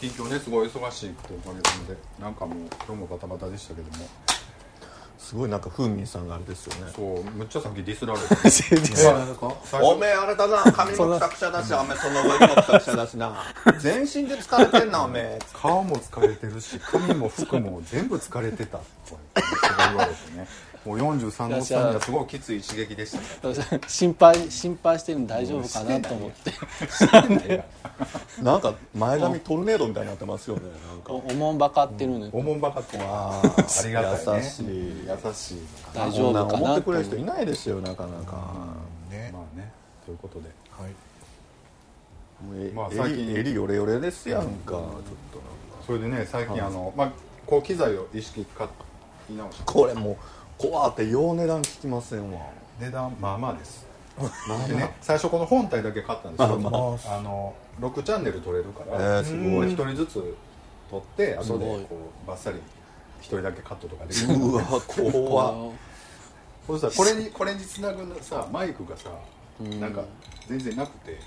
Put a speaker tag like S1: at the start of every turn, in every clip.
S1: 近況ねすごい忙しいっておかげさまでなんかもう今日もバタバタでしたけども
S2: すごいなんか風味さんがあれですよね
S1: そうむっちゃ先ディスられて 最
S2: お
S1: 初
S2: めえあれだな髪もくしゃくしゃだしおめえその上にもくしゃくしゃだしな全身で疲れてんなおめえ
S1: 顔も疲れてる し髪も服も全部疲れてたって言われてねもう43のおっさんにはすごいきつい刺激でしたね
S3: 心配心配してるの大丈夫かなと思って
S2: なんか前髪トルネードみたいになってますよねなんか
S3: おおもんばかってるのに
S1: おもんばかってあありがたい、ね、優しい
S3: 大丈夫
S2: こ
S3: か
S2: んな思っ
S3: な
S2: て
S3: と
S2: く
S3: 思
S2: れ
S3: っ
S2: る人
S3: て
S2: いないですよなかなか
S4: ね
S1: まあねということで
S4: はい
S2: もうえ
S1: まあ最近
S2: 襟襟ヨレヨレですやんかちょっとなんか
S1: それでね最近あの、まあ、こう機材を意識買い直した
S2: これもう怖ってよう値段聞きませんわ
S1: 値段まあまあですでね最初この本体だけ買ったんですけど、
S2: まあ
S1: あ、の6チャンネル撮れるから、
S2: えーすごい
S1: 1人ずつ撮って後で
S3: ごい
S1: こうバッサリ1人だけカットとかできる
S2: うわ怖っ
S1: そうしたらこれにこれにつなぐさマイクがさなんか全然なくてで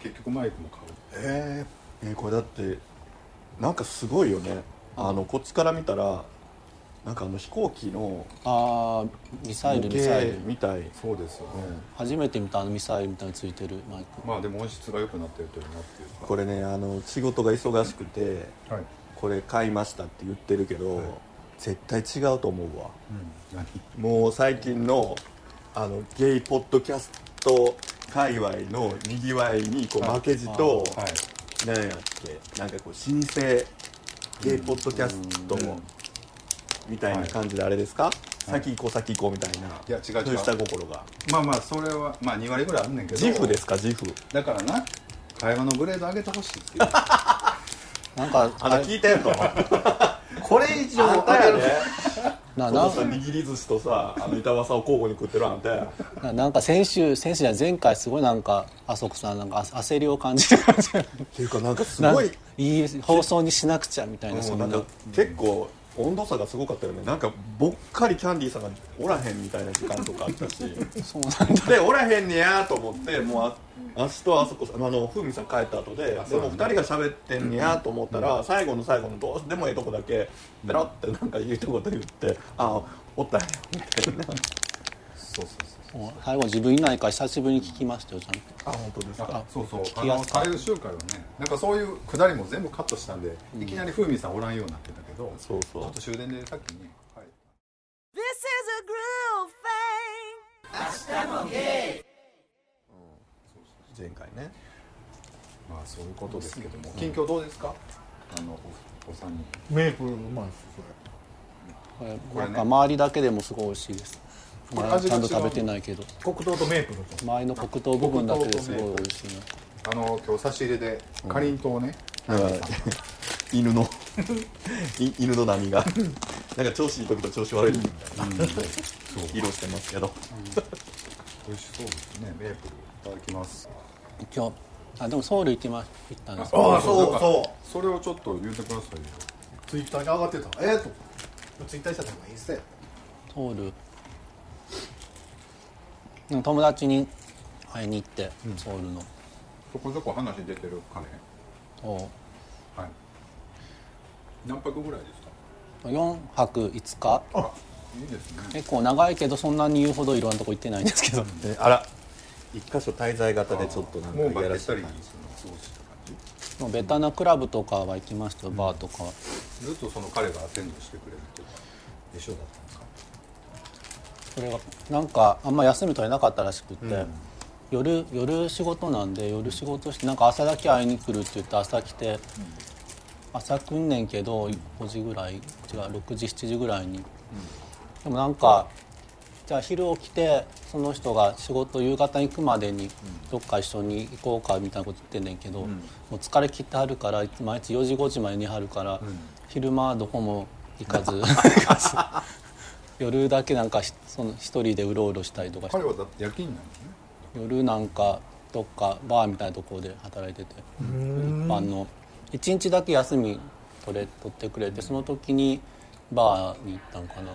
S1: 結局マイクも買う
S2: えーえーこれだってなんかすごいよねあのこっちから見たらなんかあの飛行機の
S3: ああミサイル
S2: 模
S3: ミサイ
S2: 型
S3: ル
S2: みたい
S1: そうですよね、
S3: 初めて見たあのミサイルみたいについてるマイク
S1: まあでも音質が良くなってるといいなっていうか
S2: これねあの仕事が忙しくて
S1: はい、
S2: これ買いましたって言ってるけど、絶対違うと思うわ
S1: うん、何
S2: もう最近のあのゲイポッドキャスト界隈のにぎわいにこう負けじと、
S1: はい
S2: なんやっけなんかこう新生ゲイポッドキャストみたいな感じであれですか、先行こう先行こうみたいな、
S1: いや違う違う
S2: そういう下心が
S1: まあまあそれはまあ2割ぐらいあんねんけど
S2: 自負ですか自負
S1: だからな会話のグレード上げてほしいっていう
S3: なんか
S2: あ
S3: あ
S2: の
S3: れ
S2: 聞いてんの
S1: これ以
S2: あんたやね
S3: な
S2: あ
S3: な
S2: のさ握り寿司とさあの板わさを交互に食ってるあんたや
S3: ななんか先週先週じゃない前回すごいなんかあそこさんなんかあ焦りを感じて感じ
S2: っていうかなんかす
S3: なん
S2: ご
S3: か
S2: い
S3: いい放送にしなくちゃみたいなそ
S2: うんんな
S3: なん
S2: か結構温度差がすごかったよねなんかぼっかりキャンディーさんがおらへんみたいな時間とかあった し
S3: そうなんだ
S2: でおらへんねやと思ってもうあ足とあそこさんあのふみさん帰った後ででも2人が喋ってんねやと思ったら、最後の最後のどうしてもええとこだけペロってなんか言うとこと言ってあおったんやみたいな
S1: そうそうそう
S3: もう最後自分いないから久しぶりに聞きましたよちゃんと
S2: あ本当ですか
S1: あそうそうあ
S3: きや
S1: の
S3: すか
S1: 最優集会はねなんかそういうくだりも全部カットしたんで、いきなり風味さんおらんようになってたけどち
S2: そうそう
S1: ょっと終電でさっきに、はい、
S5: This is a groove thing.
S2: 前回ね
S1: まあそういうことですけども近況どうですかあのおお三人
S4: メープルうまいですこ
S3: これ
S1: れね
S3: なんか周りだけでもすごい美味しいです
S1: これ
S3: まだ
S1: 味
S3: ち
S1: が
S3: ゃ
S1: 違うん
S3: と食べてないけど
S4: れ黒糖とメープルと
S3: 周りの黒糖部分だけですごい美味しい
S1: あの今日差し入れでかりんとうをね、
S2: 犬のい 犬の波がなんか調子いい時と調子悪い時みたいな、色してますけど
S1: 美味しそうですねメープルいただきます
S3: な今日あでもソウル行きま行ったんです
S2: ああ
S1: なん
S2: そう
S1: か
S2: そ
S1: それをちょっと言ってくださいよ
S4: ツイッターに上がってたえっ、とツイッターにしたらインスタや
S3: ソウルでも友達に会いに行ってソウルの、
S1: そこそこ話出てるカレ
S3: お
S1: ーはい何泊ぐらいですか
S3: 4泊5日
S1: いいですね
S3: 結構長いけどそんなに言うほどいろんなとこ行ってないんですけど
S2: うえあら一箇所滞在型でちょっとなんか
S1: もう
S2: い
S1: バ
S2: や
S1: ッ
S2: ら
S1: テ
S2: しい
S1: たり
S2: 感
S1: その過ごした感じ
S3: もうベタなクラブとかは行きましたよバーとかは、
S1: ずっとその彼がアテンドしてくれるっていうか一緒だったんですか
S3: それがなんかあんま休み取れなかったらしくって、夜夜仕事なんで夜仕事してなんか朝だけ会いに来るって言って朝来て、朝来んねんけど5時ぐらい違う6時7時ぐらいに、でもなんかじゃあ昼起きてその人が仕事夕方に行くまでにどっか一緒に行こうかみたいなこと言ってんねんけど、もう疲れ切ってはるから毎日4時5時までにはるから、昼間はどこも行か ず夜だけなんかひその一人でうろうろしたりとかして
S1: 彼はだって夜勤なんですね
S3: 夜なんかどっかバーみたいなところで働いてて一般の1日だけ休み取れ取ってくれてその時にバーに行ったんかな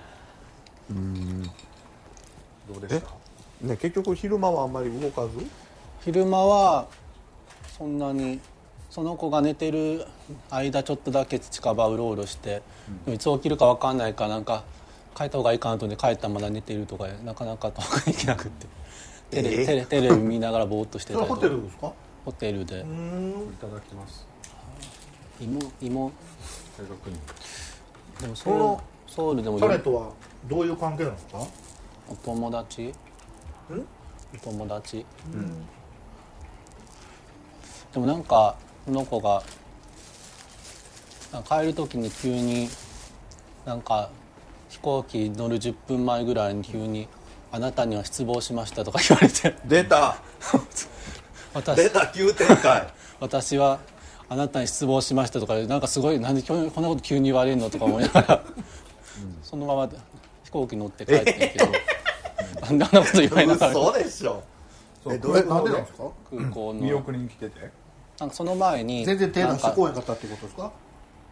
S1: どうでした
S2: ね結局昼間はあんまり動かず
S3: 昼間はそんなにその子が寝てる間ちょっとだけ近場うろうろして、でもいつ起きるか分かんないからなんか帰った方がいいかなと思って帰ったらまだ寝てるとかなかなか遠くに行けなくってテレ,、テレテレビ見ながらぼーっとしてたりとか
S2: ですか
S3: ホテル
S1: い
S3: で
S1: ただきます
S3: 芋芋
S1: 大学院
S3: でもソウルソウルでも
S4: 彼とはどういう関係なんですか
S3: お友達お友達でもなんかこの子がなんか帰る時に急になんか飛行機乗る10分前ぐらいに急に「あなたには失望しました」とか言われて
S2: 出た出
S3: 私
S2: た急展 開
S3: 私はあなたに失望しましたとかなんかすごいなんでこんなこと急に言われるのとか思いながら、そのまま飛行機乗って帰ってんけど、なんであんなこと言われながら
S2: 嘘でしょ
S1: そう
S4: えど
S1: こ
S4: うい
S1: れ
S4: うこ
S1: なん
S4: とでなんで
S1: でなんですす
S4: か
S1: か
S3: 空港の
S1: 見送りに来てて
S3: なんかその前に
S4: 全然手
S3: な
S4: 出
S3: ん
S4: して
S3: か
S4: こへんかったっていうことですか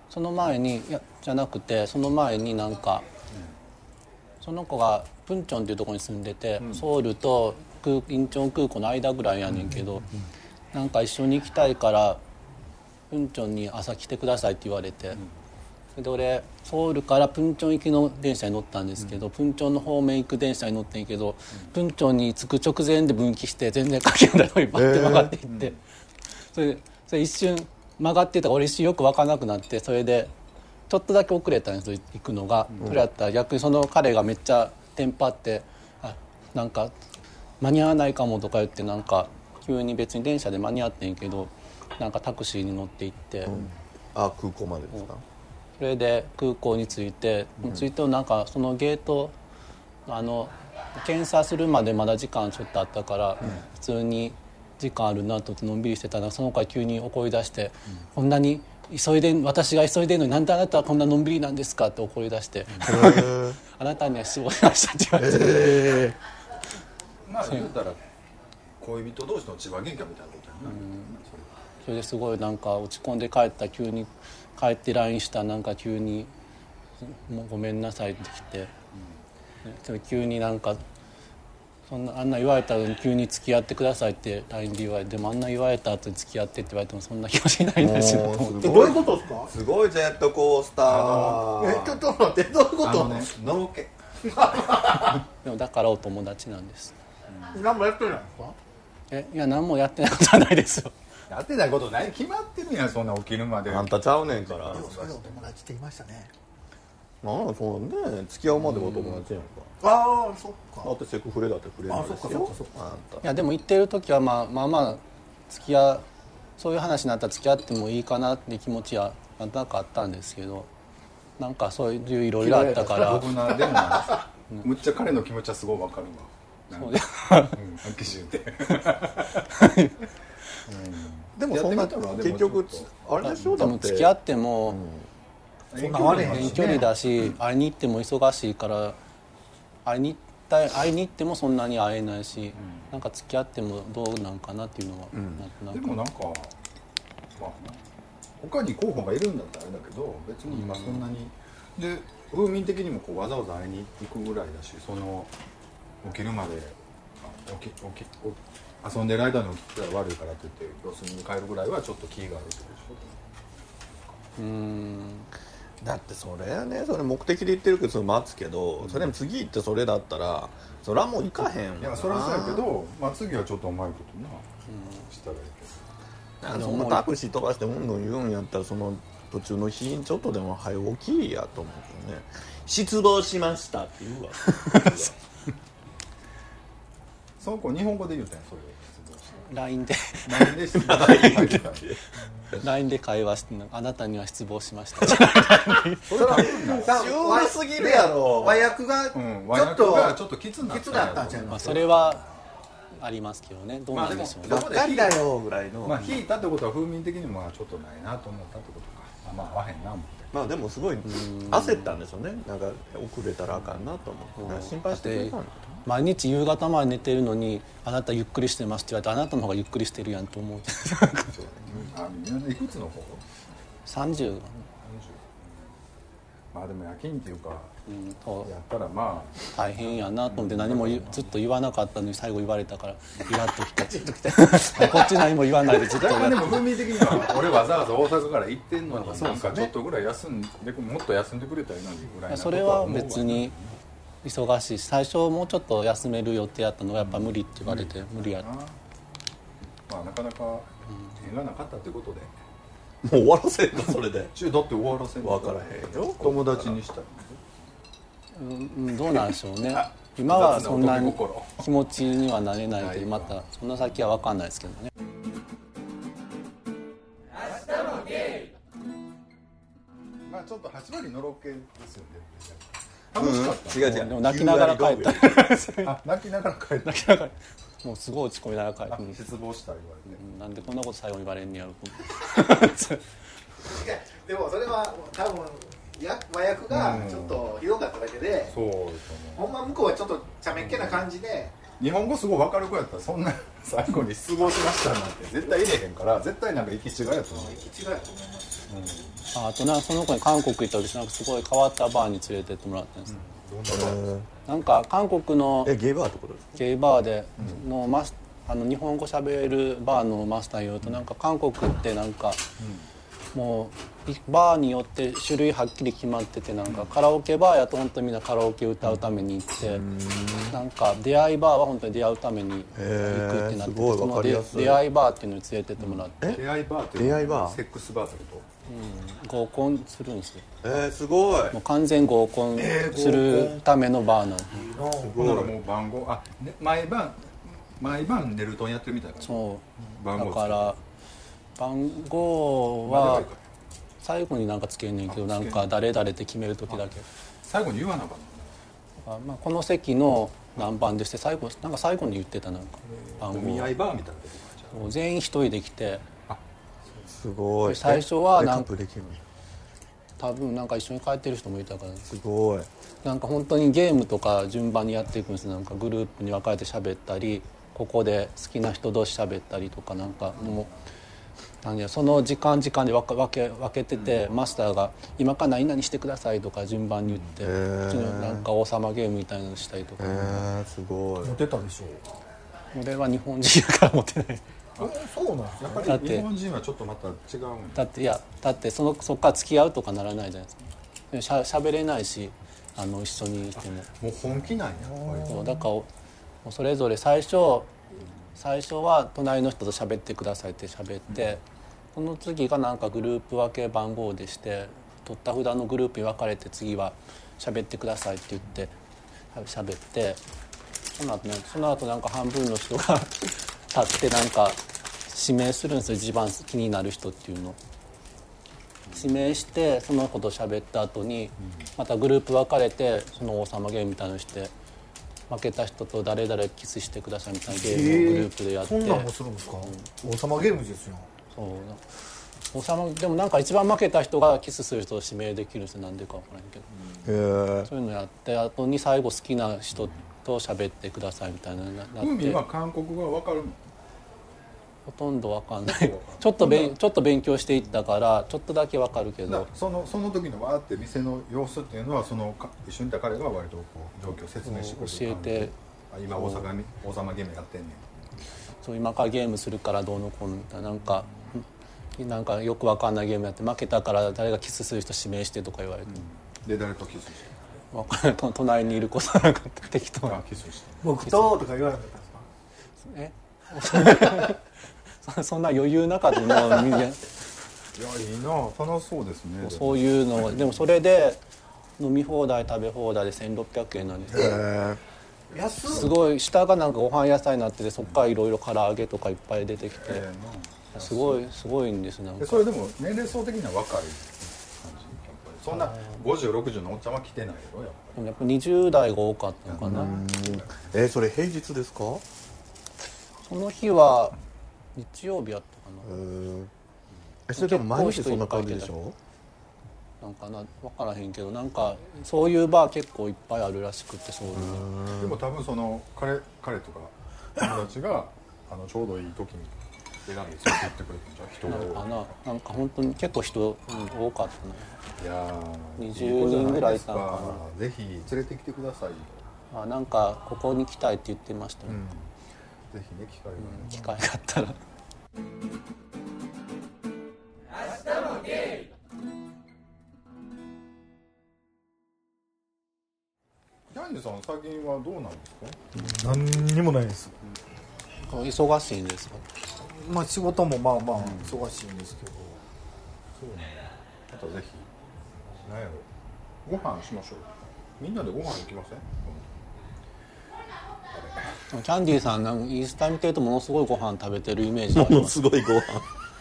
S3: その前にいやじゃなくてその前になんか、その子がプンチョンっていうところに住んでて、ソウルと空インチョン空港の間ぐらいやねんけど、なんか一緒に行きたいからプンチョンに朝来てくださいって言われて、それで俺ソウルからプンチョン行きの電車に乗ったんですけど、プンチョンの方面行く電車に乗ってんけど、プンチョンに着く直前で分岐して全然書けないのにバッて曲がっていって。それでそれ一瞬曲がってたから俺一瞬よく分からなくなってそれでちょっとだけ遅れたんですよ行くのが、それやったら逆にその彼がめっちゃテンパってあなんか間に合わないかもとか言ってなんか急に別に電車で間に合ってんけどなんかタクシーに乗って行って、
S2: あ空港までですか
S3: それで空港に着いて着いてもなんかそのゲートあの検査するまでまだ時間ちょっとあったから、普通に時間あるなと思ってのんびりしてたらその子が急に怒り出して、こんなに急いでん私が急いでんのになんであなたはこんなのんびりなんですかって怒り出して、 あなたには失望しましたって言われて、
S1: まあ言うたら恋人同士の千葉喧嘩みたいなことやな、
S3: それですごいなんか落ち込んで帰った急に帰って LINE したなんか急に「もうごめんなさい」って来て、それ急になんかそんなあんな言われたのに急に付き合ってくださいって LINE で言われてでもあんな言われた後に付き合ってって言われてもそんな気持ちになりないしなと思って
S2: もう
S4: えどういうことですか
S2: すごいジェットコースター
S4: えちょっと待ってどういうこ
S1: あ
S4: と
S1: のねのろけ
S3: でもだからお友達なんです
S4: 何もやってないんですか
S3: えいや何もやってないことはないですよ
S1: やってないことない決まってるやんそんな起きるまで
S2: あんたちゃうねんから
S4: でもそれお友達って言いましたね
S2: なんだそうね付き合うまでお友達やんか
S4: ああそっ
S2: だ
S4: か
S2: ってセクフレだってフレなんです
S4: あそ
S2: よ
S4: っかそっかそっ
S2: あんた
S3: いやでも行ってる時はまあまあまあ付き合うそういう話になったら付き合ってもいいかなって気持ちはなんとなくあったんですけどなんかそういういろいろあったから
S1: 僕なでもなむっちゃ彼の気持ちはすごいわかるわ
S3: そう
S1: なん
S3: で
S1: かうん暗記してて
S2: でも
S1: やっ
S2: そん
S1: て
S2: な
S1: みたらでも
S2: 結局
S1: ちょっ
S2: あれでしょ
S3: で
S2: だ
S3: も
S2: って
S3: 付き合っても
S1: 遠
S4: 合われへん
S3: 遠距離だし会いに行っても忙しいから会いに行った会いに行ってもそんなに会えないしなんか付き合ってもどうなんかなっていうのはな
S1: で
S3: んとなく
S1: もなんかまあ他に候補がいるんだったらあれだけど別に今そんなに、で風民的にもこうわざわざ会いに行くぐらいだしその起きるまであ起き起き起遊んでる間に起きたら悪いからって言って様子見に帰るぐらいはちょっと気があるってことでしょ
S2: だってそれはねそれ目的で言ってるけどそれ待つけど、それでも次行ってそれだったらそれはもう行かへんわない
S1: やそれはそうやけど、まあ、次はちょっとうまいことな、したらいいけ
S2: なんかそんなタクシー飛ばしてうんぬん言うんやったらその途中の日にちょっとでも早起きいやと思うけどね 失望しましたって言うわ
S1: どその子日本語で言うたんやそ れを
S3: LINE で
S1: 何で失敗した
S3: LINE で会話して「あなたには失望し ました」
S1: それはなんだ
S4: だ
S2: シュールすぎるやろ
S4: 和訳がち
S1: うん
S4: ょ
S1: 和
S4: っ
S1: 訳がち
S4: と
S1: ょっときつな
S4: きつだったんじゃ
S1: ん
S4: ない
S3: まあ
S4: ます
S3: それはありますけどねどう
S1: ま
S3: な
S1: あで
S3: んで
S1: も
S3: しょうね、
S1: そこで引いた
S2: よぐらいの
S1: まあ引いたってことは風味的にもまあちょっとないなと思ったってことかあまあ合わへんな思って
S2: まあでもすごい焦ったんでしょうねなんか遅れたらあかんなと思って心配してくれたの
S3: 毎日夕方まで寝てるのに「あなたゆっくりしてます」って言われて「あなたの方がゆっくりしてるやん」と 思う
S1: そうだねあみんないくつの方
S3: 30
S1: まあでも夜勤っていうか
S3: うんそう
S1: やったらま
S3: 大変やなと思って何も言うずっと言わなかったのに最後言われたからイラッときて こっち何も言わないでずっ
S1: あ
S3: と
S1: だい
S3: や
S1: ぶ
S3: っ
S1: でも風味的には俺わざわざ大阪から行ってんのになんかちょっとぐらい休んでもっと休んでくれたらいいのにぐら いな
S3: それは別に忙しいし最初もうちょっと休める予定やったのがやっぱ無理って言われて無理やった
S1: まあなかなか縁がなかったってことで
S2: う終わらせんのそれで
S1: ちゅうだって終わらせん
S2: 分からへんよ
S1: 友達にしたい
S3: うんうんどうなんでしょう ね今はそんなに
S1: 雑な男心
S3: 気持ちにはなれないけ
S1: は
S3: ど
S1: い
S3: またそんな先は分かんないですけどね
S1: まあちょっと8割のろけですよね楽しかった
S2: 違う違
S3: でも
S2: う
S3: 泣きながら帰った
S2: た
S1: あ泣きながら帰って
S3: もうすごい落ち込みながら帰って
S1: 失望した言われて
S3: なんでこんなこと最後に言われんねやろ
S4: いやでもそれは多分や麻薬がちょっとひどかっただけで、
S1: そうですよね
S4: ほんま向こうはちょっとちゃめっけな感じで、
S1: 日本語すごい分かる子やったらそんな最後に失望しましたなんて絶対入れへんから絶対なんか行き違いやと思う
S4: 一番やと思います
S3: ああとなその子に韓国行った時なんかすごい変わったバーに連れてってもらったんです、なんか韓国の
S2: えゲイバーってことですか
S3: ゲイバーでのマスあの日本語喋れるバーのマスター言うとなんか韓国ってなんか、もういバーによって種類はっきり決まっててなんかカラオケバーやと本当にみんなカラオケ歌うために行って、なんか出会いバーは本当に出会うために行くってなって
S2: へーすごい
S3: そ
S2: わ
S3: の
S2: かり
S3: 出
S2: やすい
S3: 出会いバーっていうのに連れてってもらって
S1: 出会いバーって
S2: 出会いバー
S1: セックスバーってこ
S3: 合コンするんですよ
S2: えー、すごい
S3: もう完全合コンするためのバーな
S1: と
S3: の、
S1: ほんならもう番号あ、ね、毎晩毎晩ネルトンやってるみたいな
S3: そう
S1: 番
S3: だ
S1: 号つけて
S3: から番号は最後になんかつけんねんけどなんか誰々って決める時だけ
S1: 最後に言わなあかっ
S3: あまあ、この席の何番でして最後なんか最後に言ってたなんか
S1: た
S3: 番
S1: お
S3: 号
S1: 見合いバーみたいなとこじゃ
S3: もう全員一人で来て
S2: すごい
S3: 最初は
S2: え
S3: なん
S2: カップルできるの
S3: 多分なんか一緒に帰ってる人もいたから
S2: すごい
S3: なんか本当にゲームとか順番にやっていくんですなんかグループに分かれて喋ったりここで好きな人同士喋ったりとかなんかもうなんでその時間時間で分か分け分けてて、マスターが「今から何々してください」とか順番に言って、うちのなんか王様ゲームみたいなのしたりとか、
S2: えー、すごい
S6: 出たでしょ
S3: 俺は日本人だから持ってない。
S6: うえそうなん
S1: んやっ
S3: だ
S1: ぱ
S3: っ
S1: り
S3: て
S1: 日本人はちょっとまた違うんや
S3: だっていやだってそのそこから付き合うとかならないじゃないですかでもしゃしゃべれないしあの一緒にいても
S1: もう本気なんややっぱり
S3: そうだからもうそれぞれ最初最初は隣の人と喋ってくださいって喋って、その次がなんかグループ分け番号でして取った札のグループに分かれて次は喋ってくださいって言っては喋ってその後ねその後なんか半分の人が 立ってなんか指名するんですよ一番気になる人っていうのを指名してその子と喋った後にまたグループ分かれてその王様ゲームみたいなのして負けた人と誰々キスしてくださいみたいなゲームをグループでやって、
S6: そんなんもするんですか、王様ゲームですよ
S3: そう王様でもなんか一番負けた人がキスする人を指名できるんですよなんでかわからんけど、
S2: えー、
S3: そういうのやってあとに最後好きな人と喋ってくださいみたいなのになな
S1: 風
S3: って、
S1: 味は韓国語は分かるの
S3: ほとんどわかんないちょっと勉ちょっと勉強していったからちょっとだけわかるけ
S1: だ
S3: ど
S1: そのその時のわーって店の様子っていうのはそのか一緒にいた彼が割とこう状況を説明してくれる感じ
S3: 教えて
S1: あ今大阪に王様ゲームやってんねん
S3: そう今からゲームするからどうのこうのみたいななんかなんかよくわかんないゲームやって負けたから誰がキスする人指名してとか言われて、
S1: で誰とキスして
S3: わかんないと 隣にいる子さなんか適当な
S1: あキスして
S6: 僕ととか言わなかったんですか
S3: え そそんな余裕なかったもうみんない
S1: やいいなあ楽しそうですね
S3: そういうのがでもそれで飲み放題食べ放題で1600円なんですよ
S4: 安っ
S3: すごい下がなんかご飯屋さんになっててそっからいろいろ唐揚げとかいっぱい出てきて
S1: ええな
S3: すごいすごいんですなん
S1: で
S3: か
S1: それでも年齢層的には若い感じやっぱりそんな5060のおっちゃんは来てないやろやっ
S3: でもやっぱ20代が多かったのかな
S2: えー、それ平日ですか
S3: その日は日曜日やったか
S2: えー、えそれでも毎日そんな感じでしょ
S3: ななんかな分からへんけどなんかそういうバー結構いっぱいあるらしくてソウルに
S1: ぱりでも多分その彼彼とか友達があのちょうどいい時に選んで作ってくれたんじゃん人
S3: なの
S1: を
S3: かななんか本当に結構人、うん多かったね
S1: いやー
S3: 20人ぐらいいたのかな
S1: ぜひ連れてきてくださいよ、
S3: あなんかここに来たいって言ってましたよ、
S1: ぜひね機会がね、
S3: 機会があったら
S1: ヤンジさん最近はどうなんですか
S6: 何にもないです
S3: 忙しいんですか
S6: まあ仕事もまあまあ忙しいんですけど、
S1: またぜひなんやろご飯しましょうみんなでご飯行きません
S3: キャンディーさんなんかインスタ見てるとものすごいご飯食べてるイメージがあり
S2: もの
S3: ま
S2: す
S3: す
S2: ごいご飯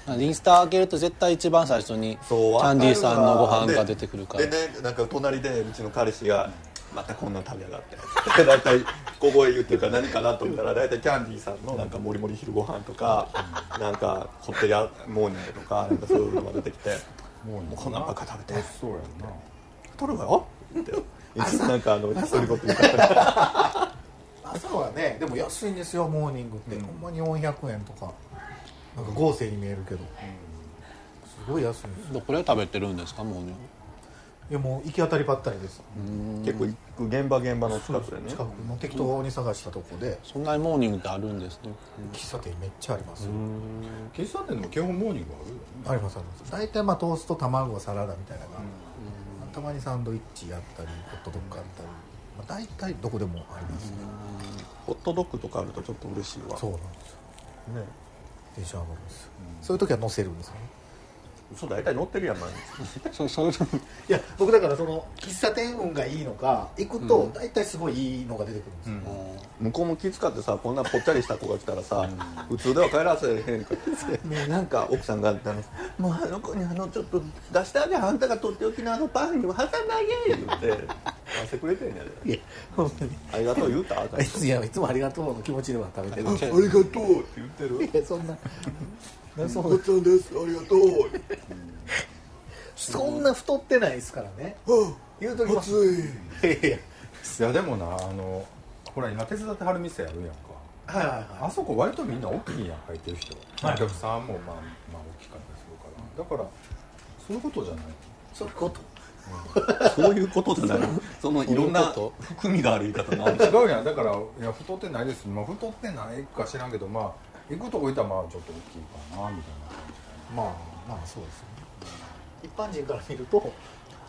S3: なんでインスタ開けると絶対一番最初にキャンディーさんのご飯が出てくるから
S2: ででねなんか隣でうちの彼氏が「またこんなん食べやがって」 大体小声言ってるから何かなと思ったら大体キャンディーさんのなんかもりもり昼ご飯とかなんかホテルやモーニングとかなんかそういうのが出てきて
S1: もう
S2: 「もうこんなんばっか食べて
S1: 美味しそうやんな
S2: 取るわよ」って いつもなんかあの独り言言ったら
S6: 朝はねでも安いんですよモーニングって、ほんまに400円とかなんか豪勢に見えるけど、すごい安いです
S3: どこで食べてるんですかもうね
S6: いやもう行き当たりばったりです、
S2: 結構行く現場現場の近くでね
S6: 近くの適当に探したとこで、
S3: そんなにモーニングってあるんですね
S6: 喫茶店めっちゃありますよ、
S1: 喫茶店でも基本モーニングあるよね
S6: ありますあります大体まあトースト卵サラダみたいなのが、たまにサンドイッチやったりホットドッグあったり、まあ、大体どこでもありますね、
S2: ホットドッグとかあるとちょっと嬉しいわ
S6: そうなんですよ
S2: ね
S6: テンション上がるんですよ、そういう時は乗せるんですよね
S2: そう大体乗ってるやん毎日
S3: そそれでも
S6: いや僕だからその喫茶店運がいいのか行くと大体すごいいいのが出てくるんですよ、
S2: 向こうも気遣ってさこんなぽっちゃりした子が来たらさ、普通では帰らせへんからねえなんか奥さんがあったの「もうあの子にあのちょっと出してあげあんたがとっておきのあのパンにも挟んであげ」言って出してくれてんやで
S6: いや本当に
S2: 「ありがとう言うた?」って
S6: あいついやいつもありがとうの気持ちでは食べて
S2: 「
S6: る
S2: ありがとう」って言ってる
S6: いやそんなそ
S2: 「おっちゃんですありがとう」
S6: そんな太ってないですからね言うときますいやいや
S1: いやでもなあのほら今手伝ってはる店やるやんか
S6: はいはいはい
S1: あそこ割とみんな大きいやん入ってる人、
S6: はい
S1: お客さんもまあまあ大きかったりするからだからそういうことじゃない
S6: そういうこと
S2: そういうことじゃないそのいろんな
S3: そういうこ
S2: 含みがある言い方なんだ
S1: 違うやんだからいや太ってないです、まあ、太ってないか知らんけどまあ行くとこ行ったらまあちょっと大きいかなみたいな感
S6: まあまあそうですよね一般人から見ると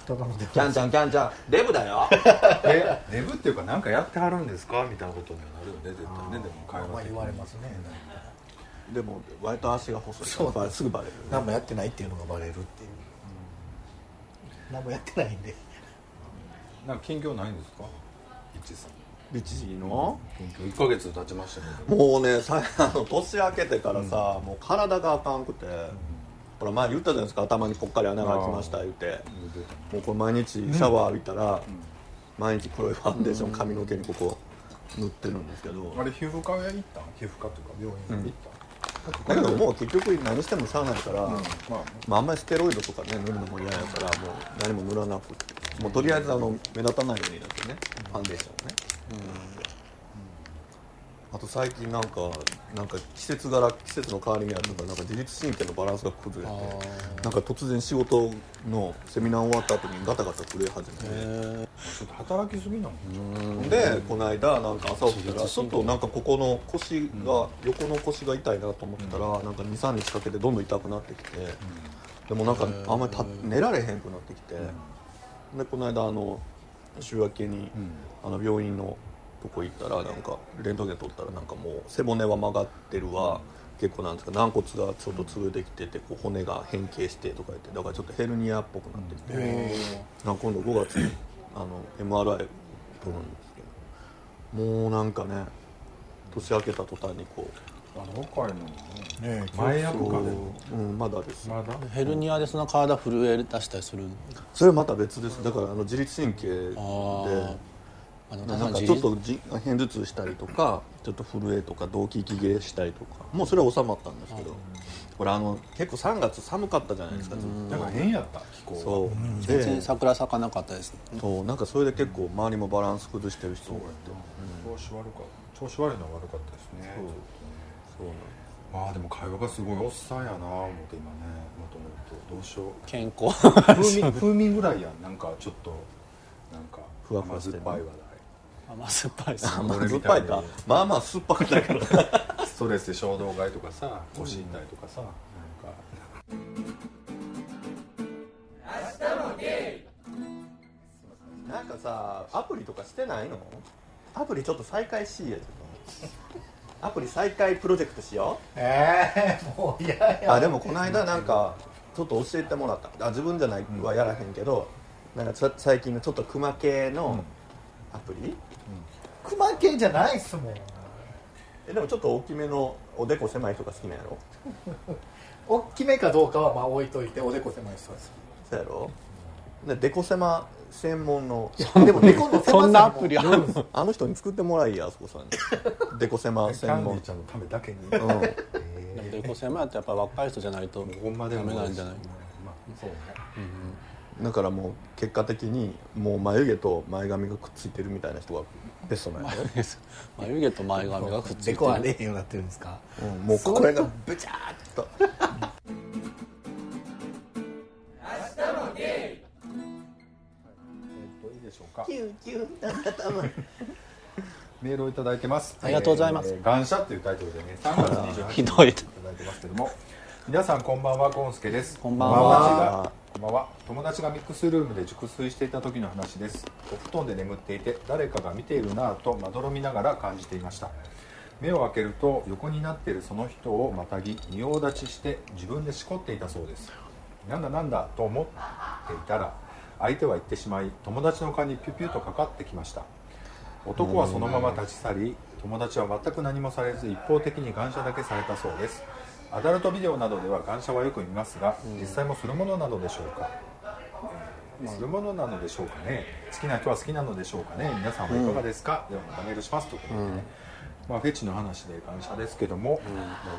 S6: 人なので
S2: キャンちゃんキャンちゃんデブだよ
S1: じ えデブっていうかなんかやってはるんですかみたいなことにはなるよね絶対ねでも会
S6: ま
S1: 話
S6: あ
S1: 的
S6: 言
S1: に
S6: われますね
S2: でも割と足が細いからばすぐバレる
S6: 何もやってないっていうのがバレるっていう、何もやってないんで
S1: なんか近況ないんですか一致さん
S2: ビチの
S1: 近況1ヶ月経ちましたけど
S2: もうねさ あの年明けてからさ、もう体があかんくて、ほら前言ったじゃないですか頭にぽっかり穴が開きました言うてもうこれ毎日シャワー浴びたら、毎日黒いファンデーション髪の毛にここ塗ってるんですけど、
S1: あれ皮膚科へ行ったん皮膚科というか病院へ行った、
S2: だけどもう結局何してもしゃあないから、
S1: まあ
S2: まあ、あんまりステロイドとかね塗るのも嫌やからもう何も塗らなくてもうとりあえずあの目立たないようになってね、ファンデーションをね、あと最近なんかなんか季節柄季節の変わり目やったからなんか自律神経のバランスが崩れてなんか突然仕事のセミナー終わった後にガタガタ震え始め
S1: ちょっと働きすぎなの
S2: てでこの間なんか朝起きたらちょっとなんかここの腰が横の腰が痛いなと思ってたらなんか23日かけてどんどん痛くなってきてでもなんかあんまり立っ寝られへんくなってきてでこの間あの週明けにあの病院のとこ行ったらなんかレントゲン取ったらなんかもう背骨は曲がってるわ結構なんですか軟骨がちょっと潰れてきててこう骨が変形してとか言ってだからちょっとヘルニアっぽくなってきて、なんか今度5月にあの MRI 取るんですけどもうなんかね年明けた途端にこ
S1: あの若いのにね
S6: ね
S1: 前役
S2: う、
S1: かで
S2: うん、まだです
S1: まだ
S3: ヘルニアでその体震え出したりする
S2: それはまた別ですだからあの自律神経で
S3: ああの
S2: なんかちょっとじ片頭痛したりとかちょっと震えとか動悸息切れしたりとかもうそれは収まったんですけどこれあの結構3月寒かったじゃないですかずっ
S1: だから変やった気
S2: と
S1: 候
S2: そう
S3: 全然
S2: で
S3: 桜咲かなかったですね
S2: そうなんかそれで結構周りもバランス崩してる人
S1: そう
S2: が
S1: や
S2: いて
S1: な調子悪かった調子悪いのは悪かったですね
S2: そうなんです
S1: まあでも会話がすごいおっさんやな思って今ねまとめるとどうしよう
S3: 健 康
S1: 風 味風味ぐらいやんなんかちょっとなんか
S2: ふわふわして
S1: 甘
S2: る
S1: 酸っぱい話
S3: 甘酸っぱいです
S1: 題
S2: 酸っぱいかまあまあ酸っぱくないから
S1: ストレスで衝動買いとかさご身体とかさ、なんか
S2: なんかさアプリとかしてないのアプリちょっと再開しやちょっ とアプリ再開プロジェクトしよ
S6: えー、もう嫌や
S2: うあでもこの間なんかちょっと教えてもらったあ自分じゃないはやらへんけど、なんかちょ最近のちょっとクマ系のアプリ、
S6: 熊系じゃないっすもん
S2: えでもちょっと大きめのおでこ狭い人が好きなんやろ
S6: 大きめかどうかはまあ置いといておでこ狭い人です
S2: そうやろでデコ狭専門の
S6: でもデコの狭さに も
S3: そんなアプリある
S6: よるんですよ
S2: あの人に作ってもらいやあそこ さんにデコ狭
S1: キャ
S2: 専
S1: ンディ
S2: 門
S1: ーちゃんのためだけに、
S2: うん
S3: でもデコ狭いってやっぱり若い人じゃない
S1: も
S3: と
S1: うほんまで
S3: ダメなんじゃない
S1: まあそうね
S2: だからもう結果的にもう眉毛と前髪がくっついてるみたいな人がベストなんやね、
S3: 眉毛と前髪がくっついて
S6: でこはねえようになってるんですか
S2: うん、もうこれがブチャーっと
S1: えっといいでしょうかキューキュー メールをいただいてます
S3: ありがとうございま
S1: え
S3: す
S1: ー感謝っていうタイトルでね3月28日に
S3: ひどい
S1: いただいてますけども皆さんこんばんはゴンスケです
S3: こんばんは
S1: 友達がこんばんは友達がミックスルームで熟睡していた時の話ですお布団で眠っていて誰かが見ているなぁとまどろみながら感じていました目を開けると横になっているその人をまたぎ仁王立ちして自分でしこっていたそうですなんだなんだと思っていたら相手は行ってしまい友達の顔にピュピュとかかってきました男はそのまま立ち去り友達は全く何もされず一方的に感謝だけされたそうですアダルトビデオなどでは感謝はよく見ますが実際もするものなのでしょうか、えーするものなのでしょうかね好きな人は好きなのでしょうかね皆さんはいかがですか、ではまたメールしますということでね、まあ、フェチの話で感謝ですけども、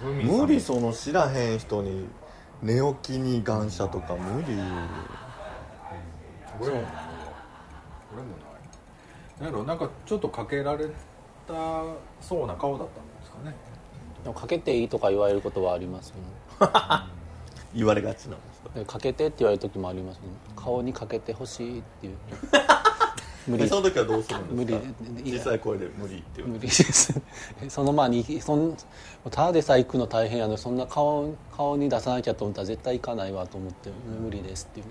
S1: うんまあ
S2: 無理
S1: そ
S2: その知らへん人に寝起きに感謝とか無理
S1: 俺もない俺もないなんやろなんかちょっとかけられたそうな顔だったんですかね
S3: でもかけていいとか言われることはありますよ
S2: 言われがちなんですよ
S3: ねでかけてって言われる時もありますね顔にかけてほしいっていう 無理
S2: でその時はどうするんですか
S3: 無
S2: 小
S3: 理
S2: さい声で無理って言
S3: 無
S2: う
S3: 理です ねその前にそんただでさえ行くの大変やのにそんな顔顔に出さなきゃと思ったら絶対行かないわと思って無理ですっていう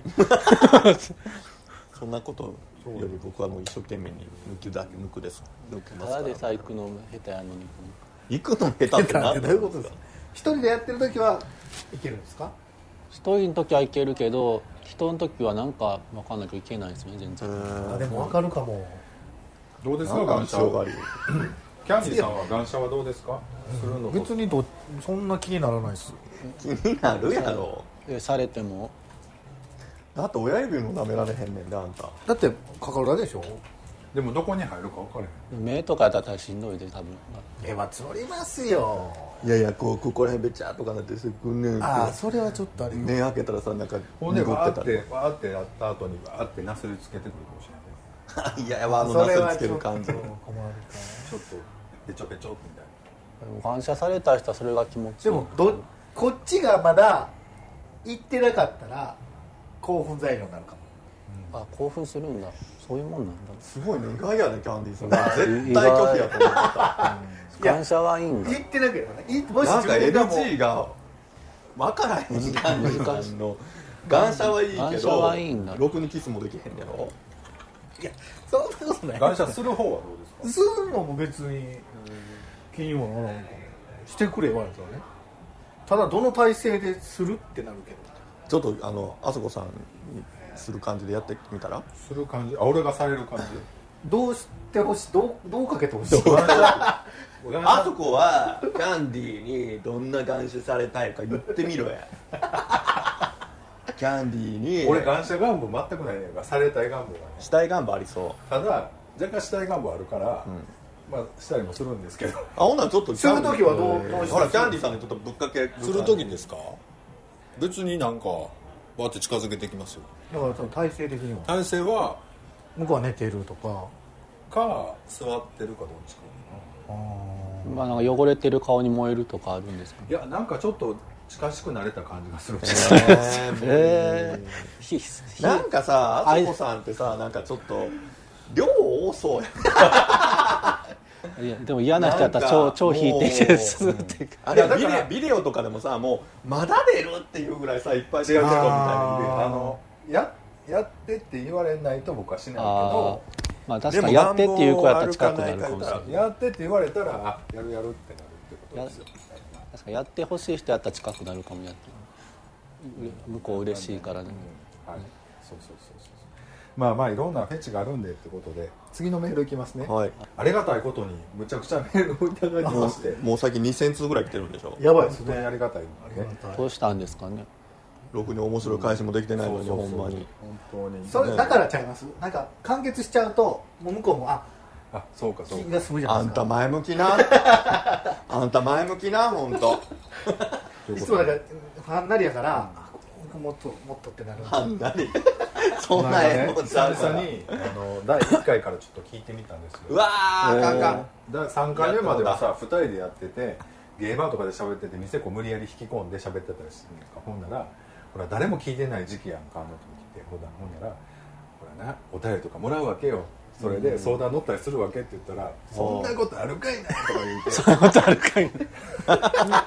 S2: そんなことより僕はもう一生懸命に抜きだけ抜くです抜きま
S3: た
S2: すか
S3: だでさ
S2: ら
S3: え行くの下手やのに
S2: 行くの下手って
S6: な
S2: なんん
S6: て
S2: て
S6: どういうことですか一人でやってる時はいけるんですか
S3: 一人の時は行けるけど人の時はなんか分かんないけど行けないですね全然
S6: あでも分かるかも
S1: どうです
S2: な
S1: か
S2: んか
S1: 感謝
S2: 強がり
S1: キャンディーさんは感謝はどうですかするのと
S6: 別にどそんな気にならないっす
S2: 気になるやろ
S3: えされても
S2: だって親指も舐められへんねんであんた
S6: だってかかるだけでしょ
S1: でもどこに入るか分からへん
S3: 目とかやったら大変しんどいで多分
S6: えは募りますよ
S2: いやいやこうここら辺べちゃーとかなってすぐねん
S6: ああそれはちょっとあれよ
S2: 目開けたらさなんか
S1: ほんで
S2: 濁
S1: わ
S2: っ
S1: ーっててわーってやった後にわーってなすりつけてくるかもしれない
S2: た りいやいやあの
S6: それ
S2: な
S6: は
S2: すりつける感じ
S6: ちょっと困るか
S1: ちょっとペチョペチョみたいな
S3: 感謝された人はそれが気持ちいい
S6: でもどこっちがまだ行ってなかったら興奮材料になるかも
S3: あ興奮するんだそういうもんなんだ
S2: すごいね意外やねキャンディーさん絶
S3: 意
S2: 対
S3: 外
S2: 拒否やと思ってた
S6: や
S3: 感謝はいいんだ
S6: 行ってなければねいもし
S2: なんか
S6: 自分がもう
S2: NG が分からへんキャンディーさんの感謝はいいけ
S3: 感謝
S2: ど
S3: はいいんだ
S2: ろくにキスもできへんやろ
S6: いやそんなことない
S1: 感謝する方はどうですか
S6: するのも別に気にもならんかもしてくれ言われたらねただどの体勢でするってなるけど
S2: ちょっとあのあそこさんにする感じでやってみたら
S1: する感じあ俺がされる感じ
S6: どうしてほしいどうどうかけてほしい
S2: あそこはキャンディーにどんな眼臭されたいか言ってみろや キャンディーに
S1: 俺感謝願望全くないねんがされたい願望がね
S2: 死体願望ありそう
S1: ただ若干したい願望あるから、まあしたりもするんですけど
S2: あほんならちょっと
S6: する時はどうどうして
S2: ほらキャンディーさんにちょっとぶっかけ
S7: する時ですか別になんかわーって近づけてきますよ
S6: だからその体勢的にも
S7: 体勢は
S6: 向こうは寝てるとか
S1: か座ってるかどっちか
S6: あー
S3: まあ、なんか汚れてる顔に燃えるとかあるんですか
S1: いやなんかちょっと近しくなれた感じがする
S3: ええ
S2: なんかさあ
S3: あ
S2: さ
S3: い
S2: こさんってさなんかちょっと量多そうやん
S3: いやでも嫌な人やった
S2: な
S3: ら
S2: んか
S3: 超超引いてき
S2: もう
S3: てするっていうか
S2: あれ
S1: いやだ
S2: ビ
S1: から
S2: デビデオとかでもさもうまだ出るっていうぐらいさいっぱい違う人みたいにいるやん
S1: あのややってって言われないと僕はしないけ
S3: あ
S1: ど
S3: ーまあ確かにやってっていう子やったら近くなるかもしれない
S1: やってって言われたらあやるやるってなるってことですよ
S3: 確かにやってほしい人やったら近くなるかもやって向こう嬉しいからね
S1: うんはいそうそうそうそうそうまあまあいろんなフェチがあるんでってことで次のメールいきますね、
S2: はい
S1: ありがたいことにむちゃくちゃメールをいただきまして
S2: もう最近2000通ぐらい来てるんでしょ
S6: やばいです
S1: 本当に
S6: ね
S1: ありがたいね
S3: どうしたんですかね
S2: ろくに面白い返しもできてないのに
S1: そうそ
S2: ほ
S1: うんそう
S2: まに
S1: 本当に
S6: それだからちゃいますなんか完結しちゃうともう向こうもあ
S1: あそうかそう
S6: 気
S1: か
S6: が済むじゃな
S2: あ
S6: い
S2: ん
S6: です
S2: た
S6: か
S2: 前向きなあんた前向きな本当。
S1: という
S6: い
S1: こ
S6: つ
S1: と
S6: も
S1: で
S6: なんかファンなりやから、あもっともっとってなる
S2: あんなにそん
S1: なんか
S2: な絵
S1: ね
S2: もちゃう
S1: 久
S2: から
S1: 々にあの第1回からちょっと聞いてみたんですよ
S2: うわーあかんあかん
S1: だから3回目まではさ2人でやっててゲーバーとかで喋ってて店こう無理やり引き込んで喋ってたりするんやんかほんならほら誰も聞いてない時期やんかあの時ってほんならほんならほらなお便りとかもらうわけよそれで相談乗ったりするわけって言ったら「そんなことあるかいな」とか言う て「そんなことあるかいな」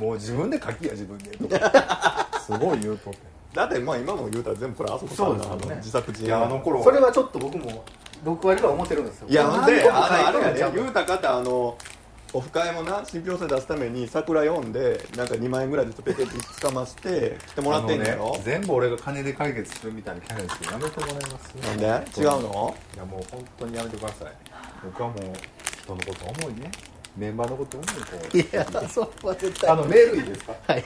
S1: もう自分で書きや自分でとか すごい言うとって
S2: だってまあ今も言うたら全部これあそこさん
S6: そう
S2: の
S6: ですよね
S2: 自作自
S1: い
S2: 演
S1: やあの頃
S6: それはちょっと僕も6割ぐらい思ってるんですよ
S2: いやほんであのあれや
S6: ちゃん
S2: ね
S6: と
S2: 言うたかってあのオフ会もな信憑性出すために桜読んでなんか2万円ぐらいでペペってつかまして来てもらってんのや
S1: あ
S2: ろ
S1: のね全部俺が金で解決するみたいなキャラですけどやめてもらいます
S2: なんで違うの
S1: いやもう本当にやめてください僕はもう人のこと思いねメンバーのこと思いこ
S6: や それは絶
S1: うあのメールいいですか
S6: 対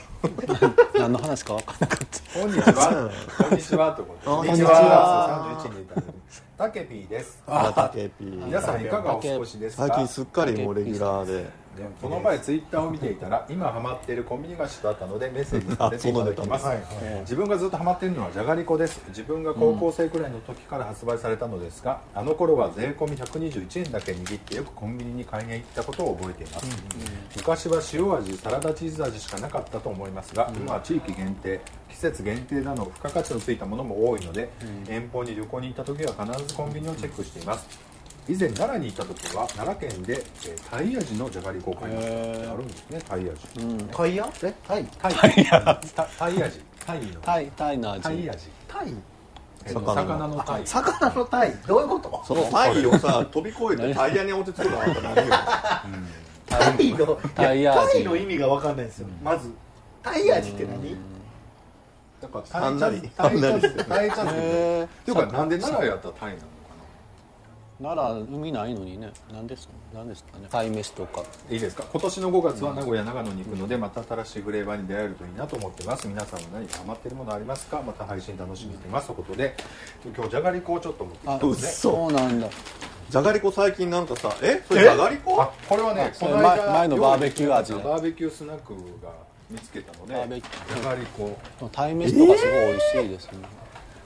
S3: 何の話か分かんなかっ た
S1: こんにちはこんにちはってこと
S2: こん
S1: で
S2: にち
S1: は31人いただいてタケピーです
S2: あたけぴ
S1: 皆さんいかがお過ごしです
S2: 最
S1: か
S2: 近すっかりもうレギュラーで
S1: でこの前ツイッターを見ていたら今ハマっているコンビニ菓子とあったのでメッセージさせていただきます、
S2: あ
S6: はいはい
S1: えー自分がずっとハマっているのはじゃがりこです自分が高校生くらいの時から発売されたのですが、あの頃は税込み121円だけ握ってよくコンビニに買いに行ったことを覚えています、昔は塩味サラダチーズ味しかなかったと思いますが、今は地域限定季節限定など付加価値のついたものも多いので、遠方に旅行に行った時は必ずコンビニをチェックしています以前奈良に行った時は奈良県で、えータイ味のじゃがりこを買いましたってあるんですねタイ味、
S6: タイヤえタイ
S1: タイタタイ味タイの
S3: タイタイの味
S1: タイ味
S6: タイ
S1: えっと魚のタイ
S6: 魚のタイどういうこと
S2: そのタイをさ飛び越えてタイヤに落ち着くのあんた何よ
S6: タイの
S3: タイヤ味
S6: タイの意味が分かんないんですよまずタイ味って何
S1: だから
S2: あんなに
S1: タイ
S2: あんな
S1: 茶
S2: に
S1: 漬けタイ茶漬け
S3: へ
S1: っていうかなんで奈良やったらタイなのか
S3: なら海ないのにね何です何ですかね鯛めしとか
S1: ないいですか今年の5月は名古屋長野に行くのでまた新しいフレーバーに出会えるといいなと思ってます皆さんは何かハマってるものありますかまた配信楽しみにしていますということで今日じゃがりこをちょっと持ってきた
S3: あ
S1: んですね
S3: そうなんだ
S2: じゃがりこ最近なんかさえそれじゃがりこ
S1: あこれはね
S3: そ
S1: こ
S3: れ
S1: の間
S3: 前前のバーベキュー味
S1: 料
S3: ね
S1: 理バーベキュースナックが見つけたので
S3: バーベキュー
S1: じゃがりこ
S3: 鯛めしとかすごい美味しいですね、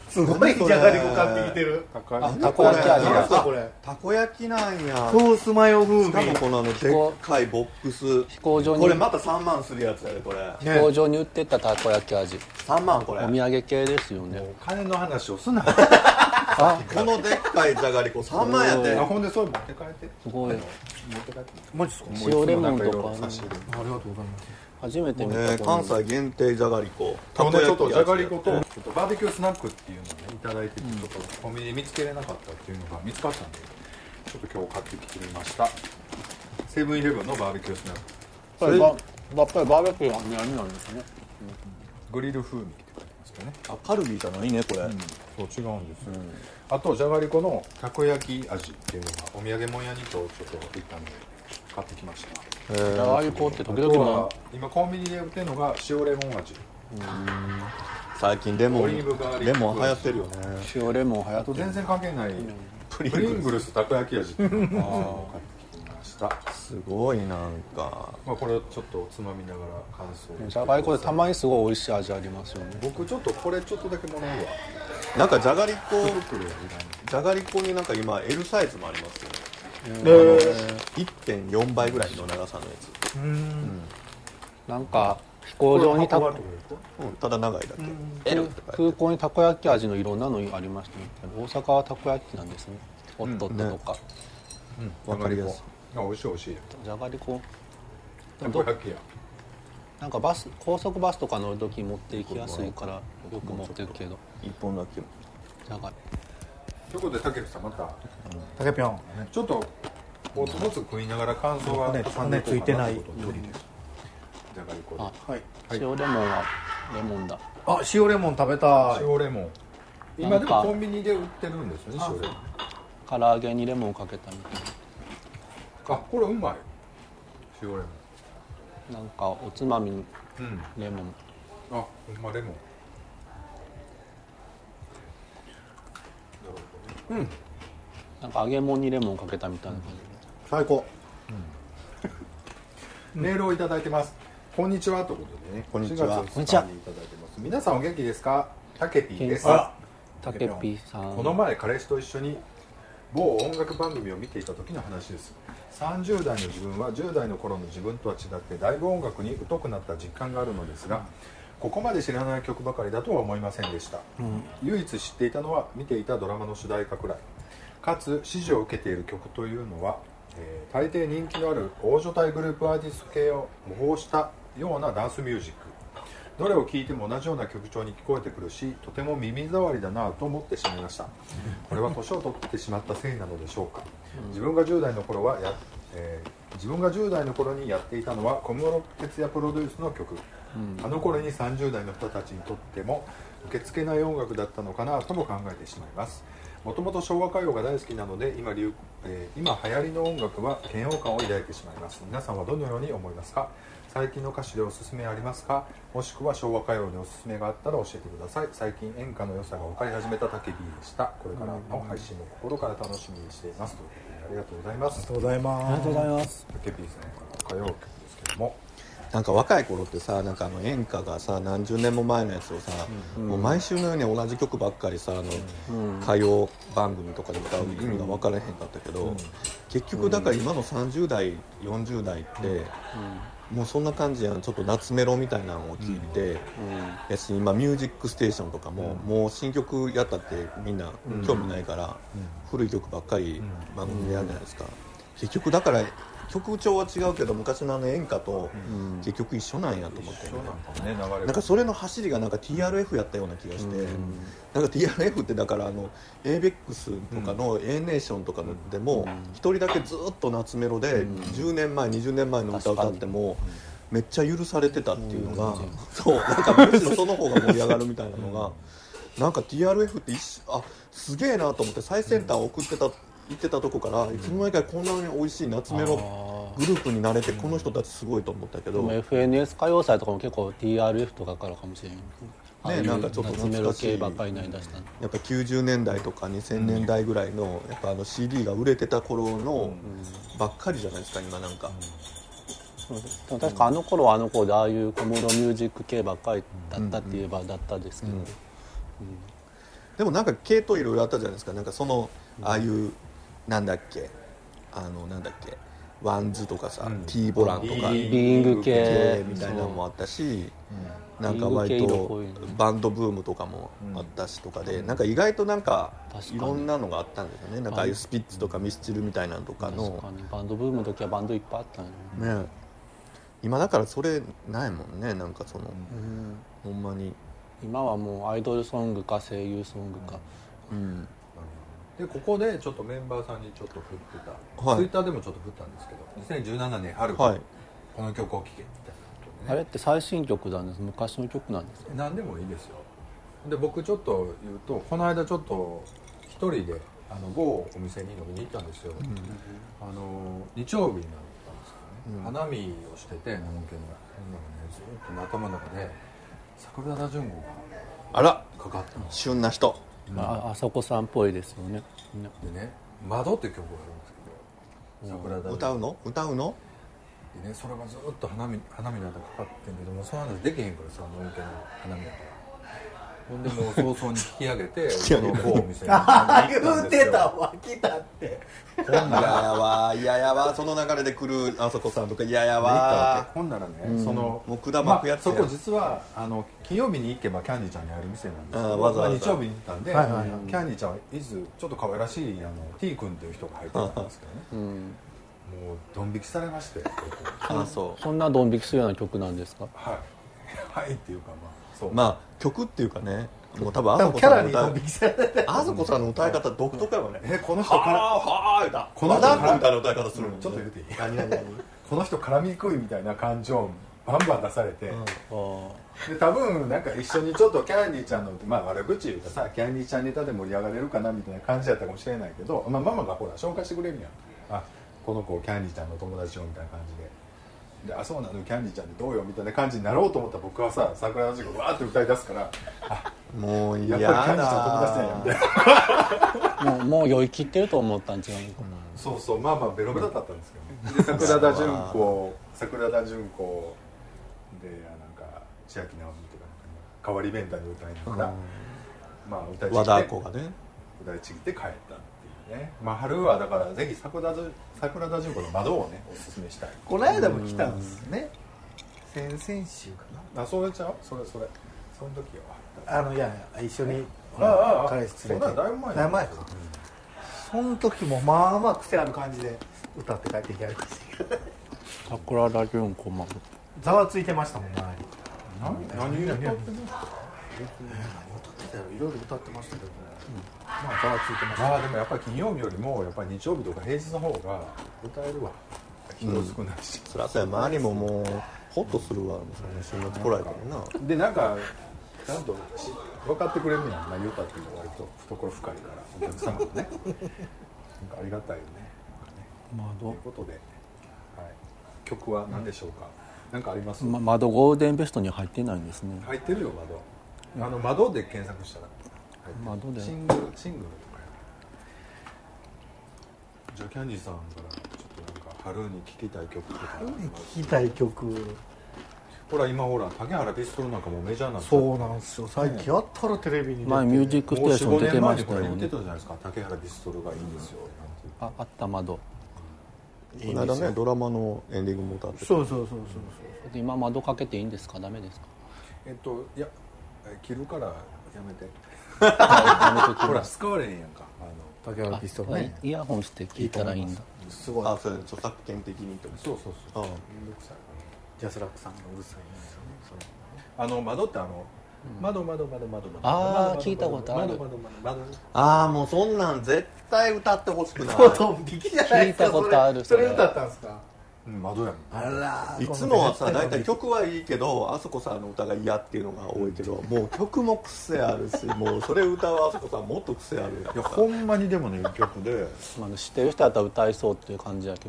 S6: すごいじゃがりこ買ってきてる
S1: 高い
S3: たこ焼き味
S6: 何
S3: が
S6: すかこれ
S2: たこ焼きなんや
S6: ソースマヨ風
S2: しかも
S6: 味
S2: このあのでっかいボックス
S3: 飛行場に
S2: これまた3万するやつやでこれ
S3: 飛行場に売ってたたこ焼き味
S2: 3万これ
S3: お土産系ですよね
S1: お金の話をすな
S3: あ
S2: このでっかいじゃがりこ3万や
S1: あ
S2: て
S1: ほんでそれ持って帰って
S3: すご
S1: 持
S3: い
S1: って帰って
S6: マジっすか
S1: もういつもなんいろいろ
S3: 塩レモンとか
S1: 差し入れ
S6: ありがとうございます
S3: 初めて見た
S2: ね
S3: と思う
S2: 関西限定じゃがりこ
S1: 今日ねちょっとじゃがり
S2: こ
S1: ことちょっとバーベキュースナックっていうのをねいただいててちょっとコンビニで見つけれなかったっていうのが見つかったんでちょっと今日買ってきてみましたセブンイレブンのバーベキュースナック
S3: やっぱりバやっぱりバーベキューは苦味なんですね
S1: グリル風味って書いてますけどね
S2: あカルビーじゃないねこれ、
S1: そう違うんですよ、あとじゃがりこのたこ焼き味っていうのがお土産もん屋にとちょっと行ったんで買ってきました
S3: じゃがりこって時
S1: 今日
S3: 々
S1: は
S3: も
S1: 今コンビニで売ってるのが塩レモン味
S2: 最近レモ
S1: オ
S2: ン
S1: リーブガーリッ
S2: レ
S1: ク
S2: モン流行ってるよね
S3: 塩レモン流
S1: あ
S3: 行って
S1: と全然関係ないプリ
S2: ングルス
S1: ングルスたこ焼き味っていうのを買ってきました
S2: すごいなんか
S1: まあ、これをちょっとつまみながら感想を
S3: じゃがりこでたまにすごい美味しい味ありますよね
S1: 僕ちょっとこれちょっとだけもらうわ
S2: なんかじゃがりこ
S1: 袋やいらん
S2: じゃがりこになんか今 L サイズもありますよね1.4倍ぐらいの長さのやつ、
S3: なんか飛行場にたこ
S2: うん、ただ長いだけ、L って書い
S3: 空港にたこ焼き味のいろんなのありましたね大阪はたこ焼きなんですねホットットとか、
S2: てわかりやすい
S1: あ美味しい美味しい
S3: じゃがりこ
S1: たこ焼きや
S3: なんかバス高速バスとか乗る時持って行きやすいからよく持ってるけど
S2: 一本だけ
S3: なんか
S1: ということで竹内さんまた
S6: タケピョン
S1: ちょっとおつぼつ食いながら感想が挟んでこうかなってことでじゃがりこ
S3: あ
S1: で
S6: はい
S3: 塩レモンはレモンだ
S6: あ塩レモン食べたい
S1: 塩レモン今でもコンビニで売ってるんですよね塩レモン
S3: 唐揚げにレモンかけたみたい
S1: あこれうまい塩レモン
S3: ななんかおつまみに
S1: うん
S3: レモン
S1: あほんまレモン
S3: なんか揚げ物にレモンかけたみたいな感じ
S6: 最高
S1: メールをいただいてます。こんにちはということでね。
S2: こんにちは
S1: 4月2日にいただいてます。皆さんお元気ですか？タケピーです。
S6: あ
S3: たけぴーさん
S1: この前彼氏と一緒に某音楽番組を見ていた時の話です30代の自分は10代の頃の自分とは違ってだいぶ音楽に疎くなった実感があるのですがここまで知らない曲ばかりだとは思いませんでした、唯一知っていたのは見ていたドラマの主題歌くらいかつ支持を受けている曲というのは、えー大抵人気のある大所帯グループアーティスト系を模倣したようなダンスミュージックどれを聴いても同じような曲調に聞こえてくるしとても耳障りだなと思ってしまいましたこれは年を取ってしまったせいなのでしょうか自分が10代の頃はや、えー自分が10代の頃にやっていたのは小室哲哉プロデュースの曲、あの頃に30代の人たちにとっても受け付けない音楽だったのかなとも考えてしまいますもともと昭和歌謡が大好きなので今流、えー今流行りの音楽は嫌悪感を抱いてしまいます皆さんはどのように思いますか最近の歌手でおすすめありますかもしくは昭和歌謡でおすすめがあったら教えてください最近演歌の良さが分かり始めた竹 B でしたこれからの配信も心から楽しみにしていますということでありがとうございます
S6: ありがとうございますありがとうございます
S1: 竹 B さんの歌謡曲ですけども
S2: なんか若い頃ってさなんかあの演歌がさ何十年も前のやつをさ、もう毎週のように同じ曲ばっかりさあの、歌謡番組とかで歌う意味が分からへんかったけど、結局だから今の30代40代って、もうそんな感じやんちょっと夏メロみたいなのを聞いて、やし今「ミュージックステーション」とかも、もう新曲やったってみんな興味ないから、古い曲ばっかり番組でやるじゃないですか、結局だから曲調は違うけど昔のあの演歌と結局一緒なんやと思って、ね
S1: ね流れが
S2: なんかそれの走りがなんか TRF やったような気がして、なんか TRF ってだからあの ABEX とかの A ネーションとかのでも一人だけずっと夏メロで10年前20年前の歌歌ってもめっちゃ許されてたっていうのが、そうなんかむしろその方が盛り上がるみたいなのが、なんか TRF って一瞬あすげえなと思って最先端送ってた行ってたとこからいつの間にかこんなに美味しい夏メログループになれてこの人たちすごいと思ったけど。
S3: でも FNS 歌謡祭とかも結構 TRF とかからかもしれないああいう
S2: なんかちょっと
S3: 夏メ
S2: 懐
S3: ロ
S2: かしい
S3: 系ばっかりになりだしたの
S2: やっぱ90年代とか2000年代ぐらいのやっぱあの CD が売れてた頃のばっかりじゃないですか今なんか
S3: そうですでも確かあの頃はあの頃でああいう小室ミュージック系ばっかりだったって言えばだったですけど、
S2: でもなんか系統いろいろあったじゃないですかなんかそのああいうなんだっけあのなんだっけワンズとかさ T ボランとか
S3: リーング系
S2: 系みたいなのもあったし
S3: う
S2: なんか割
S3: リーグ系色濃
S2: と
S3: いの
S2: バンドブームとかもあったしとかでなんか意外となんか
S3: 確かに
S2: いろんなのがあったんですよねなんかああいうスピッツとかミスチルみたいなのとかの
S3: 確かにバンドブームの時はバンドいっぱいあったのに
S2: ね今だからそれないもんねなんかその、ほんまに
S3: 今はもうアイドルソングか声優ソングか、
S2: うん
S1: でここでちょっとメンバーさんにちょっと振ってた、
S2: はい
S1: ツイッターでもちょっと振ったんですけど2017年春、
S2: はい
S1: この曲を聴けみたいなこと
S3: あ
S1: ね
S3: れって最新曲なんです昔の曲なんですか
S1: 何でもいいですよで僕ちょっと言うとこの間ちょっと一人であの某お店に飲みに行ったんですよ、あの日曜日になったんですけどね、花見をしてて長野県のなんかねずっと頭の中で桜田淳吾
S2: あら
S1: がかかったの
S2: 旬な人
S3: ああそこさんっぽいですよねね
S1: でね「窓」っていう曲があるんですけど桜田淳吾
S2: 歌うの歌うの
S1: でねそれがずっと花見花見の間かかってんけどもうその話できへんからさ農家の花見やからほんでもう早々に引き上げて
S7: き上げた
S1: その某お店に
S6: ああ
S1: 行っ
S6: 言
S1: たん
S6: う
S1: です
S6: て
S1: よ
S6: たわ来たって
S2: 嫌 やわ嫌やわその流れで来るあそこさんとか嫌や
S1: で行ったわ
S2: わ
S1: けほんならね、その
S2: もうくだまくやつや
S1: まあそこ実はあの金曜日に行けばキャンディーちゃんにある店なんですけ
S2: あー
S1: ど
S2: わざわざ
S1: まあ日曜日に行ったんで、
S6: はいはいはい
S1: キャンディーちゃんはいつちょっと可愛らしいあの T 君という人が入ってたんですけどね、もうドン引きされまして
S2: あそ
S3: そんなドン引きするような曲なんですか
S1: はいはいっていうかまあそう
S2: うまあ曲っていうかねもう多分あ
S6: 多
S2: そ
S6: 分
S2: こ
S6: キャ
S2: さ
S6: ラ
S2: んの
S6: に
S2: 歌
S6: ド
S2: い
S6: ン引きされてた
S2: あそこさんの歌い方独特やわね
S1: えこの人
S2: は
S1: から
S2: あはあ言うた
S1: この
S2: こ
S1: 人
S2: の
S1: から
S2: ダンクみたいな歌い方するもんね
S1: ちょっと言うていい
S2: 何何何
S1: この人絡みにくいみたいな感情バンバン出されて、
S3: あ
S1: で多分なんか一緒にちょっとキャンディーちゃんの、まあ、悪口言うかさキャンディーちゃんネタで盛り上がれるかなみたいな感じだったかもしれないけど、まあ、ママがほら紹介してくれるやんあこの子キャンディーちゃんの友達よみたいな感じでであそうなのキャンディーちゃんってどうよみたいな感じになろうと思ったら僕はさ桜の字がわーって歌い出すから
S2: もう
S1: や
S2: 嫌
S1: っぱりキ
S2: だ
S1: ャンディーちゃん友達なんやみたいな
S3: あもうもう酔い切ってると思ったん違うのか
S1: そうそうまあまあベロベロだったんですけどねで桜田淳子桜田淳子でなんか千秋直美とかなんかね代わり弁当に歌いながら、まあ歌いちぎって
S2: 和田アキ子がね
S1: 歌いちぎって帰ったっていうねまあ春はだからぜひ桜田桜田淳子の窓をねおすすめしたい
S6: この間も来たんですよね先々週か
S1: あそれちゃうそれそれその時よ
S6: なあのいやいや一緒にほ
S1: あああ
S6: ら
S1: あ
S6: 彼氏連
S1: そ
S6: れて
S1: んなだいぶ前
S6: だいぶ前かその時もまあまあ癖ある感じで歌って帰ってきはりましたけど
S3: 桜田淳子も
S6: ざわついてましたもん周り
S1: 何何言うの
S6: 歌ってたよいろいろ歌ってましたけどねまあざわついてました
S1: まあでもやっぱり金曜日よりもやっぱり日曜日とか平日の方が歌えるわ人少ないし、
S2: そらそうや周りももうホッとするわもうそんな週末来られたもんな
S1: でなんかちゃんとし分かってくれるんやんまあ言うたっても割と懐深いからお客様がねなんかありがたいよねと
S3: 窓
S1: いうことで、はい、曲は何でしょうか何、なん、かあります、
S3: ま窓ゴールデンベストに入ってないんですね
S1: 入ってるよ窓あの窓で検索したら入ってる
S3: 窓で
S1: シングルシングルとかやじゃあキャンディーさんからちょっとなんか春に聴きたい曲とか
S6: 聴きたい曲
S1: ほら今ほら竹原ピストルなんかもうメジャーになって
S6: そうなんですよ最近あったらテレビに出て
S3: 前ミュージックステ
S1: もう
S3: ーショ
S1: 45
S3: ン出て
S1: 年前
S3: ま
S1: に
S3: した
S1: これ言っ
S3: よ
S1: て
S3: ね
S1: たじゃないですか竹原ピストルがいいんですよ、なんて
S3: ああった窓
S2: この間ねドラマのエンディングも歌ってて
S6: そうそうそうそう
S3: 今窓かけていいんですかダメですか
S1: えっといやえ切るからやめて
S3: やめとき
S1: ほら
S3: ます
S1: 使われへんやんかあの
S6: 竹原ピストルね
S3: イヤホンして聞いたらいいんだ
S6: すごい
S2: あそうや著作権的にってこと
S1: そうそうそう
S2: あ
S1: めんどくさいか
S6: ジャスラックさんがうるさいんですよねそれ
S1: らあの窓ってあの窓窓窓窓窓
S3: あー
S1: 窓窓
S3: 聞いたことある
S1: 窓窓窓窓窓
S2: あーもうそんなん絶対歌ってほしくない
S6: こと引きじゃないですか
S3: 聞いたことある
S6: それ
S3: それ
S6: それ歌ったんですか
S1: うん窓やもん
S6: あら
S2: いつもはさ大体曲はいいけどあそこさんの歌が嫌っていうのが多いけどもう曲も癖あるしもうそれ歌はあそこさんもっと癖ある
S1: いやほんまにでもねいい曲で
S3: まあ知ってる人だったら歌いそうっていう感じだけど、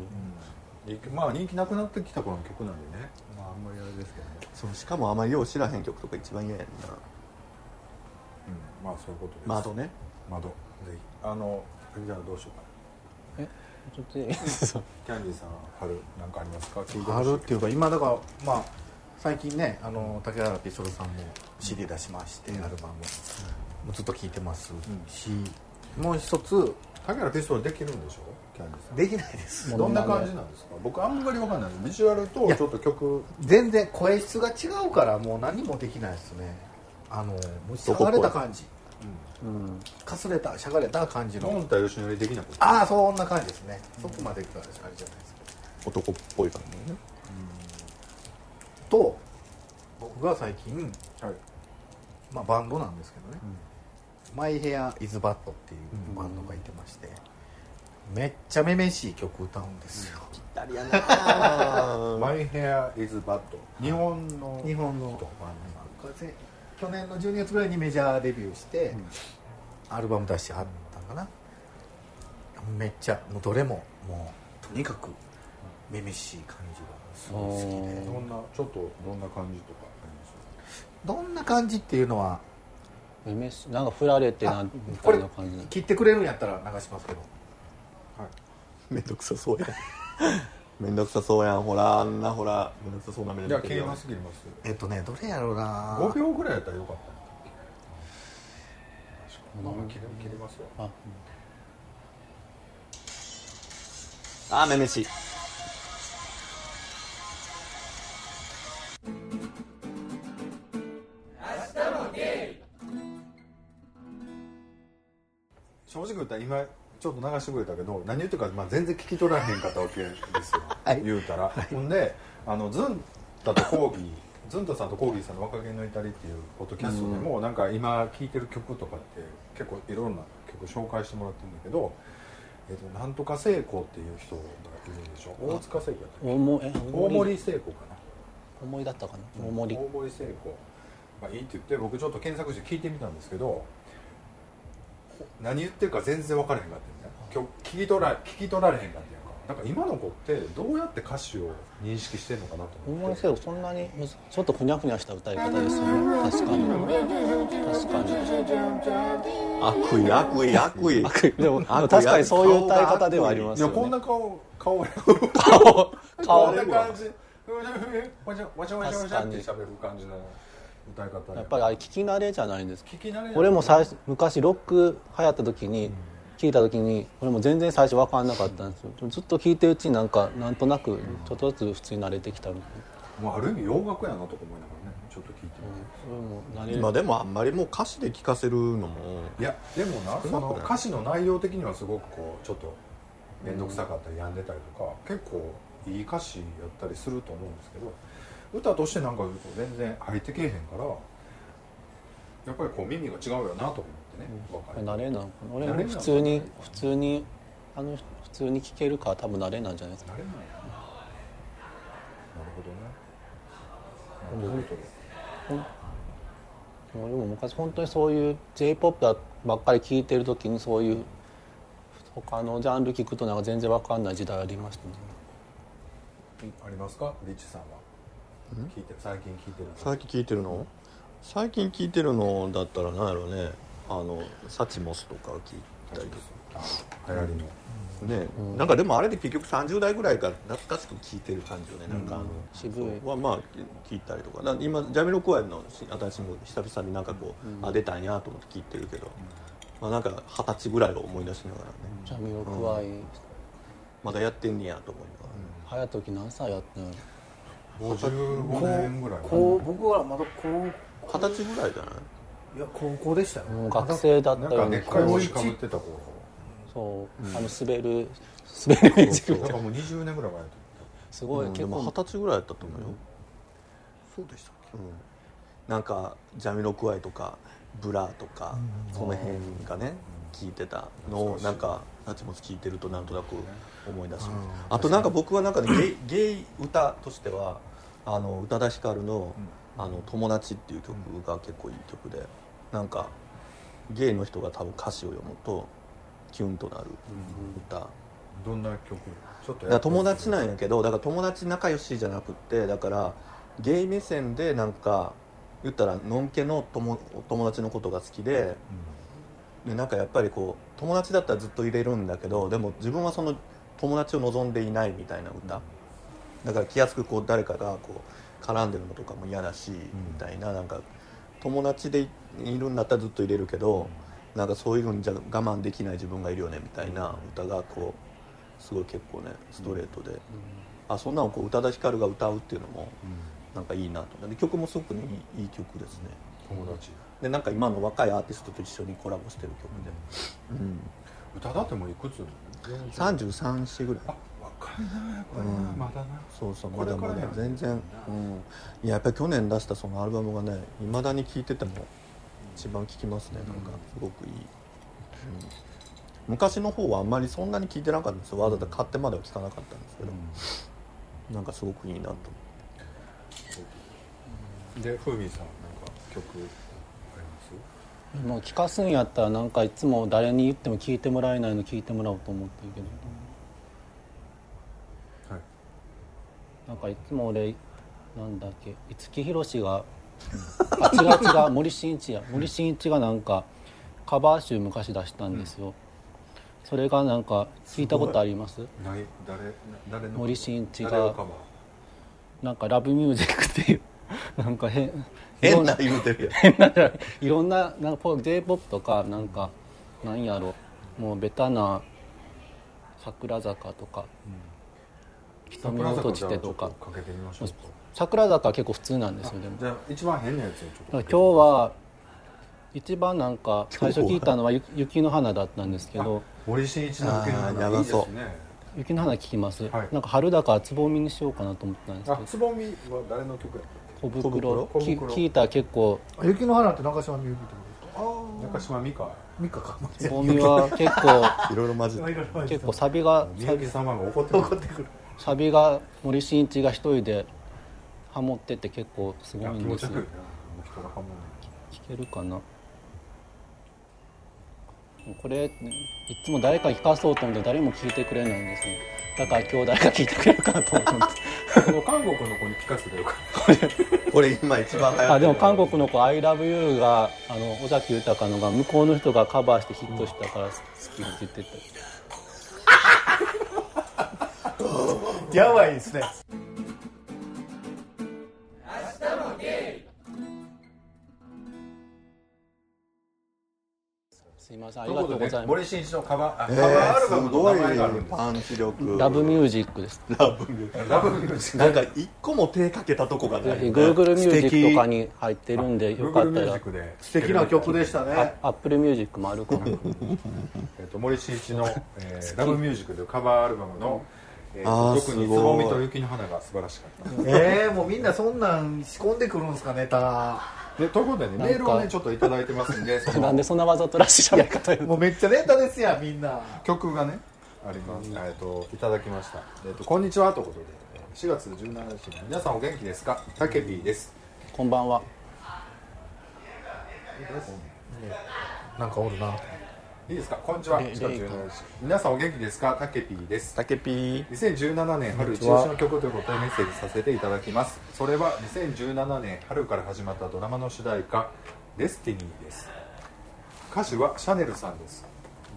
S1: まあ人気なくなってきた頃の曲なんでねまああんまりあれですけどね
S2: そうしかもあまりよう知らへん曲とか一番嫌やんな
S1: うんまあそういうことです
S2: 窓ね
S1: 窓ぜひあのじゃあどうしようか
S3: ちょっといいですか
S1: なキャンディーさん春なんかありますか聞いてほ
S6: あ
S1: しい
S6: るっていうか今だからまあ最近ねあの竹原ピストルさんも CD 出しまして、アルバムもうずっと聴いてますし、もう一つ
S1: 竹原ピストルできるんでしょキャンディーさん
S6: できないです
S1: どんな感じなんですか僕あんまりわかんないですビジュアルとちょっと曲
S6: 全然声質が違うからもう何もできないですねあのもうしゃがれた感じ、かすれたしゃがれた感じの、
S1: 本体吉野的なこと
S6: ああそんな感じですね、そこまでいくからあれじゃないですけど
S2: 男っぽい感じね
S6: と僕が最近、
S1: はい
S6: まあ、バンドなんですけどね、マイヘアイズバットっていうバンドがいてまして、めっちゃめめしい曲歌うんですよ、
S1: 「マイヘアイズバッド日本の
S6: 日本のバンドが去年の12月ぐらいにメジャーデビューして、アルバム出してあったかなめっちゃもうどれももうとにかくめめしい感じがすごい好きで
S1: どんなちょっとどんな感じとかあります
S6: どんな感じっていうのは
S3: めめしなんか振られてな
S6: あ
S3: み
S6: こ
S3: た
S6: れ
S3: いな感じな
S6: 切ってくれるんやったら流しますけど
S2: めんどくさそうやんめんどくさそうやんほらあんなほらめんどくさそうな目で
S1: いや
S2: 見てる
S1: 消え
S2: よ
S1: ます切ります
S6: えっとねどれやろうな
S1: 5秒ぐらいやったらよかった切れ切れますよ
S2: あめめしい
S1: 正直言ったら今ちょっと流してくれたけど何言ってるか、まあ、全然聞き取らへんかったわけですよ、言うたら、ほんであのズンタとコーギーズンタさんとコーギーさんの「若気の至り」っていうポッドキャストでも、なんか今聴いてる曲とかって結構いろんな曲紹介してもらってるんだけど、えっとなんとか聖子っていう人がいるんでしょ大塚聖子やったっ
S3: 大森え
S1: け大森聖子かな
S3: 大森だったかな大森
S1: 大森聖子がいいって言って僕ちょっと検索して聞いてみたんですけどほ何言ってるか全然分からへんかったよね今日聞き取ら聞き取られへんかったやんかなんか今の子ってどうやって歌詞を認識してるのかなと
S3: 大
S1: 思っ
S3: 森
S1: て
S3: 聖子そんなにむずちょっとふにゃふにゃした歌い方ですよね確かに確かに
S2: 悪意悪意悪意
S3: 悪意 でもでも確かにそういう歌い方ではあります
S1: い
S3: よ
S1: や
S3: ね
S1: こんな顔顔や
S3: 顔
S1: こんな感じわちゃわちゃわちゃわちゃって喋る感じの歌い方
S3: やっぱりあれ聞き慣れじゃないんです
S1: 聞き慣れない
S3: 俺も最初昔ロック流行った時に聞いた時に俺も全然最初分かんなかったんですよでもずっと聞いてるうちになんかなんとなくちょっとずつ普通に慣れてきたみたい
S1: もうある意味洋楽やなとか思いながらねちょっと聞いてみて。
S3: なそれも慣れる
S2: まあでもあんまりもう歌詞で聞かせるのも
S1: いやでもなその歌詞の内容的にはすごくこうちょっと面倒くさかったり病んでたりとか、結構いい歌詞やったりすると思うんですけど歌としてなんかこう全然入ってけえへんからやっぱりこう耳が違うよなと思ってね、若い
S3: 慣れなのかな俺
S1: 慣れな
S3: も
S1: の
S3: 普
S1: かな
S3: 通に普通にあの普通に聞けるから多分慣れなんじゃないですか
S1: 慣れないななるほどね、まあということで
S3: 俺も昔本当にそういう j p o p ばっかり聴いてる時にそういう他のジャンル聞くとなんか全然わかんない時代ありましたね
S1: ありますかリッチさんは聞いて最近聞いてる
S2: 最近聞いてるの最近聞いてるのだったら何やろうねあのサチモスとか聞いたりと
S1: 流行りの、
S2: かね、なんかでもあれで結局30代ぐらいから懐かしく聞いてる感じよねなんかあの、
S3: 渋い
S2: はまあ聞いたりとかだから今ジャミロクワイの新新しいの久々になんかこう、あ出たんやと思って聞いてるけど、まあ、なんか二十歳ぐらいを思い出しながらね、
S3: ジャミロクワイ
S2: まだやってんねやと思いながら、
S3: 早い時何歳やったの
S1: 55年ぐらいかな
S6: こう僕はまだ高
S2: 二十歳ぐらいじゃない
S6: いや高校でしたよ、
S3: もう学生だった
S1: なん
S3: よ
S1: か
S3: う
S1: で
S3: な
S1: っかい帽子
S3: 気
S1: かぶってた頃
S3: そう、あの滑る滑る道み
S1: な
S3: た
S1: ん
S3: い
S1: か
S3: な
S1: もう20年ぐらい前だと
S3: すごい、
S2: うん、で
S3: 結
S2: も二
S3: 構
S2: 十歳ぐらいだったと思うよ、そうでしたっけ、なんかジャミロクワイとかブラとか、その辺がね、聞いてたのをなんか夏も聞いてるとなんとなく思い出します、あとなんか僕はなんかねゲイ ゲイ歌としてはあの宇多田ヒカルの「あの友達」っていう曲が結構いい曲でなんかゲイの人が多分歌詞を読むとキュンとなる歌、
S1: どんな曲ちょっと
S2: だから友達なんやけどだから友達仲良しじゃなくってだからゲイ目線でなんか言ったらのんけの友お友達のことが好きで,、でなんかやっぱりこう友達だったらずっと入れるんだけどでも自分はその友達を望んでいないみたいな歌、だから気安くこう誰かがこう絡んでるのとかも嫌だし、みたいななんか友達でいるんだったらずっと入れるけど、なんかそういうのじゃ我慢できない自分がいるよねみたいな歌がこう。すごい結構ねストレートで、あそんなのこう宇多田ヒカルが歌うっていうのもなんかいいなとで曲もすごくねいいいい曲ですね
S1: 友達
S2: でなんか今の若いアーティストと一緒にコラボしてる曲で、
S1: 歌だってもういくつ
S2: 33歳ぐらい
S1: 若いなこれな、まだな
S2: そうそう
S1: こ
S2: ま
S1: れ
S2: だ
S1: から
S2: ま
S1: や
S2: だ全然、うん、いややっぱり去年出したそのアルバムがねいまだに聴いてても一番聴きますねなんかすごくいい、うん昔の方はあんまりそんなに聴いてなかったんですよわざわざ買ってまでは聴かなかったんですけど、なんかすごくいいなと思って。
S1: でふみさんなんか曲あります
S3: もう聞かすんやったらなんかいつも誰に言っても聞いてもらえないの聞いてもらおうと思ってるけど
S1: はい
S3: なんかいつも俺なんだっけ五木ひろしがあ違う違う森進一や森進一がなんかカバー集昔出したんですよ、それがなんか聞いたことあります
S1: ない誰な誰の
S3: 森進一が
S1: 誰をカバ
S3: なんか「ラブミュージック」っていうなんか変
S2: 変な言うてるやん
S3: 変な いろんななんかポ J−POP とかなんかなんやろもうベタな桜坂とか瞳を閉じてとか
S7: かけてみましょうか
S3: 桜坂は結構普通なんですよでも
S7: じゃあ一番変なやつをちょ
S3: だ
S7: っ
S3: から
S7: と
S3: 今日は一番なんか最初聞いたのはゆ雪の花だったんですけど
S7: 森進一の受けの
S2: あーや
S7: 花い
S2: ば
S7: いです
S2: そう
S7: ね
S3: 雪の花聞きます、
S7: はい
S3: なんか春だからつぼみにしようかなと思ったんですけ
S7: あ
S3: ど
S7: つぼみは誰の曲やったっ
S3: 小袋
S7: 小袋
S3: き聞いたら結構
S6: 雪の花って中島みゆきってことですか
S7: け中島美嘉
S6: 三日か
S3: つぼみは結構
S2: いろいろ混じって
S3: 結構サビが
S7: みゆき様が怒ってる
S3: サビが森進一が一人でハモってて結構すご
S7: い
S3: い
S7: や気
S3: ん
S7: 持
S3: で
S7: ち
S3: す
S7: 悪い
S3: よ
S7: な人がハモる
S3: 聞けるかなこれいつも誰か聞かそうと思って誰も聞いてくれないんですねだから今日誰か聞いてくれるかなと思って
S7: この韓国の子に聞かせてよかっ
S2: これ今一番流行ってる
S3: あでも韓国の子「ILOVEYOU が」あの尾崎豊のが向こうの人がカバーしてヒットしたから好きって言ってて
S6: やばいですね
S3: すいませんあ
S7: たと
S3: り
S7: い
S3: がと
S7: うこ
S3: うご
S7: と
S3: ざ
S7: で
S3: いま
S7: 森進一のカバーあカ
S2: え
S7: バーア
S2: ー
S7: ル
S2: す
S7: バムの
S2: ご
S7: 名前があるん
S2: い
S7: です
S2: パンチ
S3: す
S2: 力
S3: ラブミュージックです
S2: ラブミュージック
S7: ラブミュージッ
S2: なんか一個も手かけたとこがな
S3: ぜ
S2: い
S3: ひ
S2: よね
S3: Google ミュージックとか
S2: 素
S3: に入ってるんで
S7: ク
S3: よかっ
S7: Google ミ
S3: た
S7: ュージッ
S3: ら
S7: クで
S6: 素敵な曲でしたね
S3: アップルミュージックもあるかも
S7: えっと、森進一の、えーラブミュージック」というカバーアルバムの、えーと
S2: あー
S7: 特に
S2: す
S7: 「つ
S2: ごい
S7: ぼみと雪の花」が素晴らしかった
S6: ええもうみんなそんなん仕込んでくるんですかネタ
S7: でということでね
S3: なん
S7: メ
S3: か
S7: ールをねちょっと頂いただいてますん でそ
S3: なん
S7: の
S3: でそんなわざとらしい喋り方言うの
S6: もうめっちゃネタですやんみんな
S7: 曲がねあります、えー、といただきました、えーと「こんにちは」ということでえー4月17日皆さんお元気ですかタケピーです
S3: こんばんは
S6: なんかおるない
S7: いですかこんにちは
S3: レ
S7: 4月17日皆さんお元気ですかタケピーです
S2: 敵竹ピー
S7: 2017年春一押しの曲ということでメッセージさせていただきますそれは2017年春から始まったドラマの主題歌「デスティニー」です歌手はシャネルさんです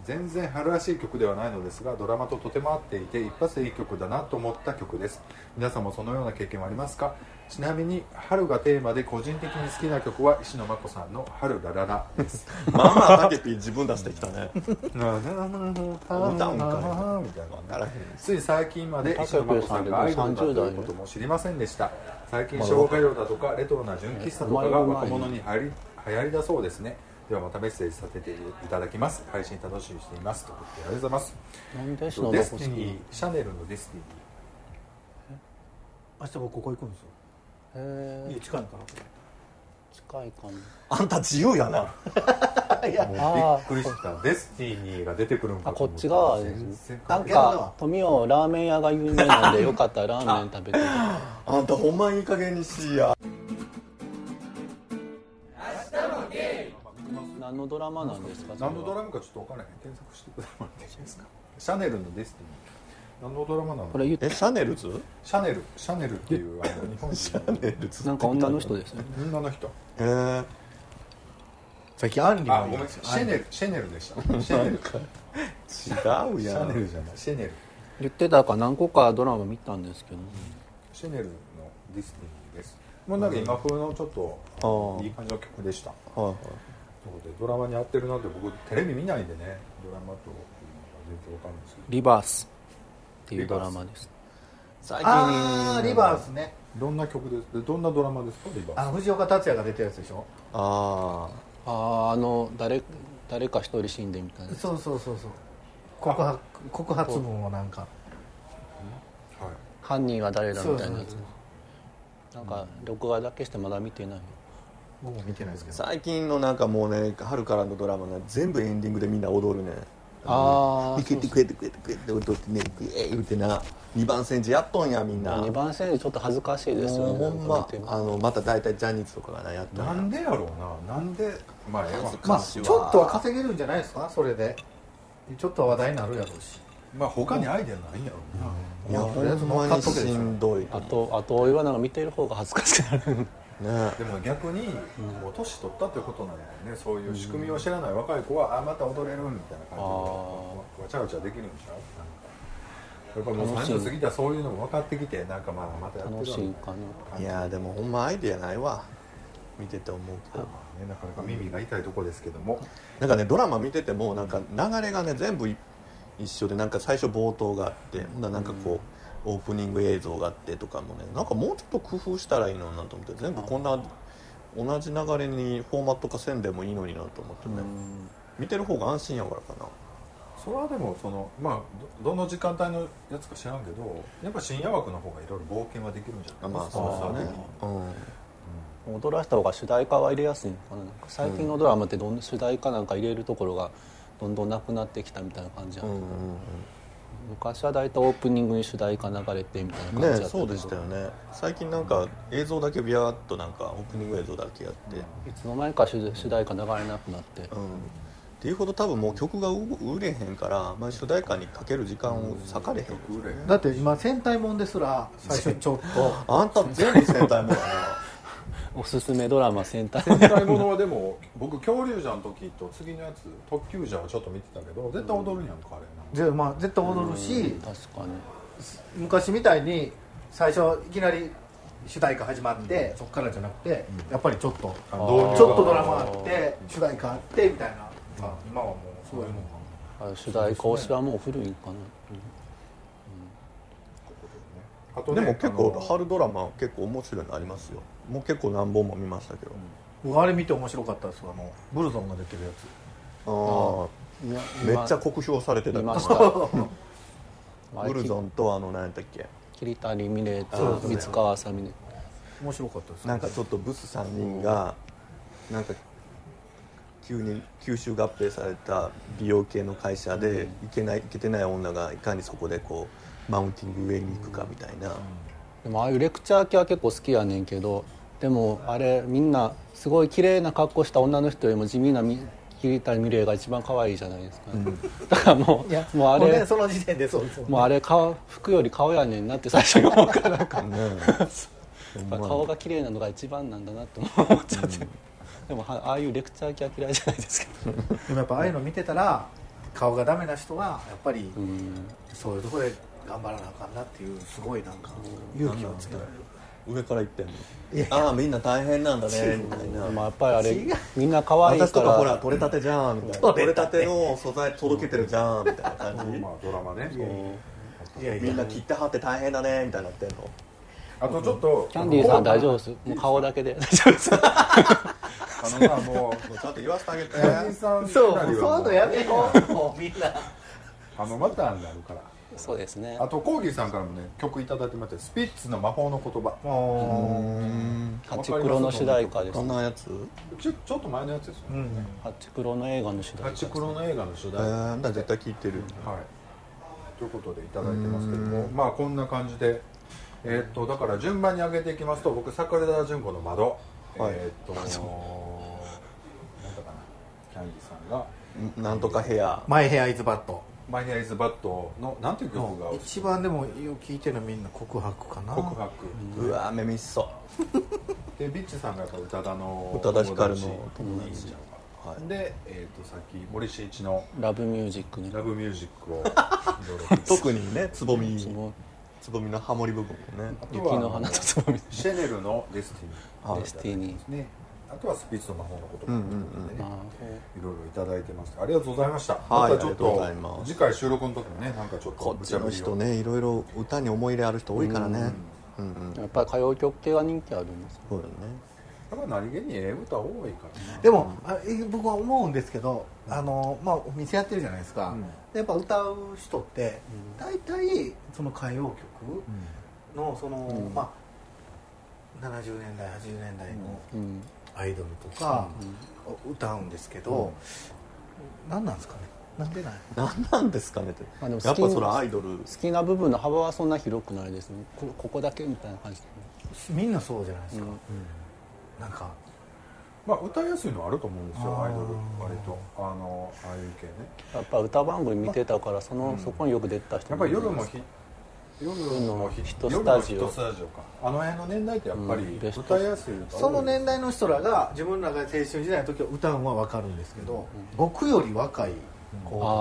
S7: 全然春らしい曲ではないのですがドラマととても合っていて一発でいい曲だなと思った曲です皆さんもそのような経験はありますかちなみに春がテーマで個人的に好きな曲は石野真子さんの「春ラララ」です
S2: まあまあタケピー自分出してきたね
S7: 歌うんかいみたいな
S2: 分からへん
S7: つい最近まで石野真子さんがアイドルだということも知りませんでした最近昭和歌謡だとかレトロな純喫茶とかが若者に流行り流行りだそうですねではまたメッセージさせていただきます配信楽しみにしていますということでありがとうござい
S3: なんで篠田
S7: ますデ
S3: 好
S7: ス
S3: き
S7: ティニーシャネルのデスティニー
S6: 明日僕ここ行くんですよ
S3: へえ
S6: 家近いから
S3: 近いかも
S2: あんた自由やな
S3: あ
S7: びっくりしたデスティニーが出てくるんか
S3: あ
S7: と
S3: こ
S7: 思
S3: ったち側で
S7: 全
S3: すね
S7: 然
S3: な
S7: 関
S3: ん
S7: 係ない
S3: か富尾ラーメン屋が有名なんでよかったらラーメン 食べてください
S2: あんたほんまいい加減にしいや
S3: 何のドラマなんですか
S7: 何のド
S3: マ
S7: ラマかちょっと分からへん検索してくださいですかシャネルのデスティニー何のドラマなの
S3: これ言って
S2: えシャネルズ
S7: シャネルシャネルっていうあの日本人の
S2: ネルズ
S3: なんか女の人ですよね
S7: 女の人
S2: えー、
S6: 最近アンリ
S7: あ、ごめんなさい。シェネル、シェネルでした。 シェネル。
S2: 違う
S7: シ
S2: や
S7: ャネル
S2: ん
S7: じゃない。シェネル。
S3: 言ってたから何個かドラマ見たんですけど、
S7: シェネルのディスティニーです。もうなんか今風のちょっと
S2: あー
S7: いい感じの曲でした。
S2: はいはい
S7: ということでドラマに合ってるなって僕テレビ見ないんでね、ドラマというのが全然わかんないですけ
S3: リバースっていうドラマです
S2: 最
S6: あーリバースね
S7: ど。どんな曲ですでどんなドラマですかリバ
S6: あ
S7: ー
S6: の藤岡達也が出てるやつでしょ
S2: あ
S3: あああの誰誰か一人死んでみたいな
S6: そうそうそうそう告白告発文をなんか
S7: ス。はい。
S3: 犯人は誰だみたいなや
S6: そ
S3: つ
S6: うそ
S3: な
S6: う
S3: んか録画だけしてまだ見てない
S6: 僕も見てないですけ
S2: ー
S6: ど
S2: 最近のなんかもうね春からのドラマね全部エンディングでみんな踊るね
S3: あ
S2: いけてくれてくれてくれて踊ってねくえ言うてな二番煎じやっとんやみんな
S3: 2番線でちょっと恥ずかしいですよ
S2: もうほ
S3: ね
S2: んま
S3: なんか見ても
S2: あのまた大体ジャニーズとかがなやっとんや
S7: なんでやろうな。なんでまあええわ
S2: 恥ずか
S6: まあ
S2: 昔
S6: ち
S2: は
S6: ょっとは稼げるんじゃないですかそれでちょっとは話題になるやろうし
S7: まあ他にアイデアないんやろうな。
S2: いやほんまにしんどい
S3: あとあとおいはなんか見てる方が恥ずかしくなる
S2: ね
S7: でも逆にもう年取ったということなんだよねそういう仕組みを知らない若い子はあまた踊れるみたいな感じで
S3: あー
S7: わちゃわちゃできるんちゃうなんかやっぱもう30過ぎたらそういうのも分かってきてなんかまあまたやって
S3: 楽
S7: る
S3: し
S7: わ
S3: いかな
S2: えいやでもほんまアイディアないわ見てて思うけど
S1: ねなかなか耳が痛いとこですけども
S2: なんかねドラマ見ててもなんか流れがね全部い一緒でなんか最初冒頭があってほんならなんかこうオープニング映像があってとかもねなんかもうちょっと工夫したらいいのになと思って全部こんな同じ流れにフォーマット化せんでもいいのになと思ってね見てる方が安心やからかな
S1: それはでもそのまあどどの時間帯のやつか知らんけどやっぱ深夜枠の方がいろいろ冒険はできるんじゃない
S2: まあ
S1: ですか
S2: そうですよね
S3: 踊らせた方が主題歌は入れやすいのかななんか最近のドラマってどんどん主題歌なんか入れるところがどんどんなくなってきたみたいな感じやったけど、昔は大体オープニングに主題歌流れてみたいな感じだっ
S2: ね
S3: たけど
S2: そうでしたよね最近なんか映像だけビヤーっとなんかオープニング映像だけやって、
S3: いつの間にか主主題歌流れなくなって、
S2: うんっていうほど多分もう曲が売れへんから、まあ、主題歌にかける時間を割かれへん、
S6: だって今戦隊もんですら最初ちょっ と
S2: あんた全部戦隊もんや
S3: おすすめドラマセンター
S1: 戦隊ものはでも僕恐竜じゃの時と次のやつ特急じゃはちょっと見てたけど絶対踊るんやんかあれな
S6: ぜまあ絶対踊るし
S3: 確かに
S6: 昔みたいに最初いきなり主題歌始まって、そこからじゃなくて、やっぱりちょっとちょっとドラマあって主題歌あってみたいな、まあ今はもうそういうもんか
S3: あれ主題歌推しはもう古いんかな、
S1: あと
S2: で
S1: ね
S2: も結構
S1: あの
S2: 春ドラマ結構面白いのありますよもう結構何本も見ましたけど、
S6: 僕あれ見て面白かったですあのブルゾンが出てるや
S2: あ
S3: いや
S2: あめっちゃ酷評されてた
S3: 見まし
S2: ブ
S3: た
S2: ルゾンとあの何やったっけ
S3: 桐谷美玲と三川あさみね
S6: つ面白かったです
S2: なんかちょっとブス3人がなんか急に吸収合併された美容系の会社でいけないいけてない女がいかにそこでこうマウンティング上に行くかみたいな、
S3: でもああいうレクチャー系は結構好きやねんけどでもあれみんなすごい綺麗な格好した女の人よりも地味なみ桐谷美玲が一番可愛いじゃないですか、 だからも
S6: いや
S3: うもうあ
S6: もう
S3: れ
S6: ねその時点でそうです
S3: もうあれ顔服より顔やねんなって最初に思うからなんか 顔が綺麗なのが一番なんだなって思っちゃって、でもはああいうレクチャー系は嫌いじゃないですけど
S6: でもやっぱああいうの見てたら顔がダメな人はやっぱりそういうところで頑張らなあかんなっていうすごいなんか勇気をつけられる
S2: 上から行ってんのああみんな大変なんだねみたいな
S3: でもやっぱりあれみんな可愛いから
S2: 私とかほら取れたてじゃんみたいな 取れたての素材届けてるじゃんみたいな感じ
S1: まあドラマね
S6: いやい
S2: みん
S6: や
S2: な切ってはって大変だねみたいになってんの
S1: あとちょっと
S3: キャンディーさん大丈夫ですもう顔だけで 大丈夫です
S1: あのさもう
S2: ちゃんと言わせてあ げて
S1: キャンディーさん
S6: そう
S1: 二
S6: そうい
S1: 人は
S6: う
S1: もう
S6: のやめようもうみんな
S1: あのまたになるから
S3: そうですね
S1: あとコーギーさんからもね曲いただいてましてスピッツの魔法の言葉
S3: ハチクロの主題歌です
S2: こんなやつ
S1: ちょちょっと前のやつですよね
S3: ハチクロの映画の主題歌
S1: ハチクロの映画の主
S2: え
S1: 題歌
S2: ー、だから絶対聞いてる
S1: はい、ということでいただいてますけどもまあこんな感じで、えーっとだから順番に上げていきますと僕桜田淳子の窓、
S2: はい
S1: えーっとなんだかなキャンディさんが
S2: なんとか部屋
S6: マイヘアイズバット
S1: 「マイ・ヘアイズ・バット」のなんていう曲が
S6: 一番でもよく聞いてるのみんな告白かな
S1: 告白
S2: うわーめみっ そ
S1: でビッチさんがやっぱ宇多田の
S2: 宇多田ヒカルの
S1: 友
S2: 友
S1: 達
S2: 達
S1: いいじゃんかで、えーっとさっき森進一の
S3: ラブミュージッ
S1: 「
S3: クね
S1: ラブミュージック」 を
S2: 特にねつぼみ
S3: すごい
S2: つぼみのハモリ部分もね
S1: あと
S3: 雪
S1: は
S3: の花とつぼみ
S1: シェネルの「デスティニー」
S3: デスティニー
S1: ね、あとはスピッツの魔法の言葉ということでね、いろいろいただいてますありがとうございました、
S2: はい
S1: またちょっ
S2: ありがとうご
S1: と
S2: ざいます
S1: 次回収録の時もねなんかちょっと
S2: こっちの人
S1: 無茶ぶりを
S2: ねいろいろ歌に思い入れある人多いからねうんうん
S3: やっぱり歌謡曲系が人気あるんですよ
S2: そうよね
S1: やっぱ何気にええ歌多いからね
S6: でもあえ僕は思うんですけどあの、まあ、お店やってるじゃないですか、
S1: うん
S6: でやっぱ歌う人って大体その歌謡曲のその、まあ、70年代80年代の
S3: うん
S6: アイドルとか、歌うんですけど、何なんですかねなんでない
S2: 何なんですかねって
S3: あ
S2: や
S3: でも
S2: っぱそれアイドル
S3: 好きな部分の幅はそんな広くないですねこここだけみたいな感じで
S6: みんなそうじゃないですか、
S3: うん
S6: なんか
S1: まあ歌いやすいのはあると思うんですよ
S6: あー
S1: アイドル割とあのああいう系ね
S3: やっぱ歌番組見てたからそのそこによく出てた人
S1: やっぱり夜もひ夜のひ
S3: 人スタジオ
S1: 夜の人スタジオかあの辺の年代ってやっぱり
S3: うんベスト
S1: 歌いやすい歌多い
S6: その年代の人らが自分らが青春時代の時は歌うのは分かるんですけど、僕より若い子とかが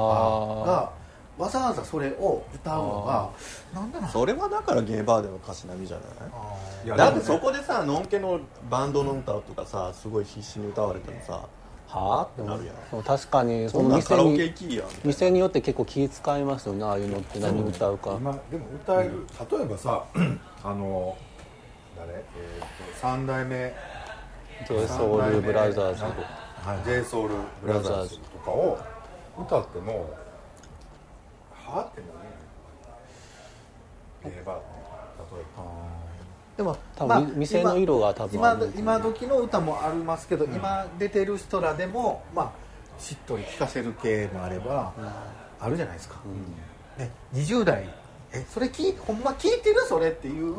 S6: わざわざそれを歌うのがなんだな
S2: それはだからゲイバーでのたしなみじゃない
S6: あ
S1: いや
S2: だってそこでさのんけのバンドの歌とかさすごい必死に歌われてもさはあってなるやん
S3: そう確かに
S2: そ
S3: そ
S2: ん
S3: の
S2: なんカラ
S3: 店
S2: オケ行
S3: に
S2: きいいやん
S3: 店によって結構気使いますよねああいうのって何歌うか
S1: 今でも歌える例えばさ あの誰、えー、と三代目
S3: j ソウルブラザーズ
S1: j ソ o ルブラザーズとかを歌ってもはあってなるやんゲーバーって例えば
S6: でも
S3: 多分店の色が多分あ
S6: 今
S3: るんで
S6: 今時の歌もありますけど、今出てる人らでもまあしっとり聴かせる系もあれば、あるじゃないですか、ね、20代えそれ聞いほんま聞いてるそれっていう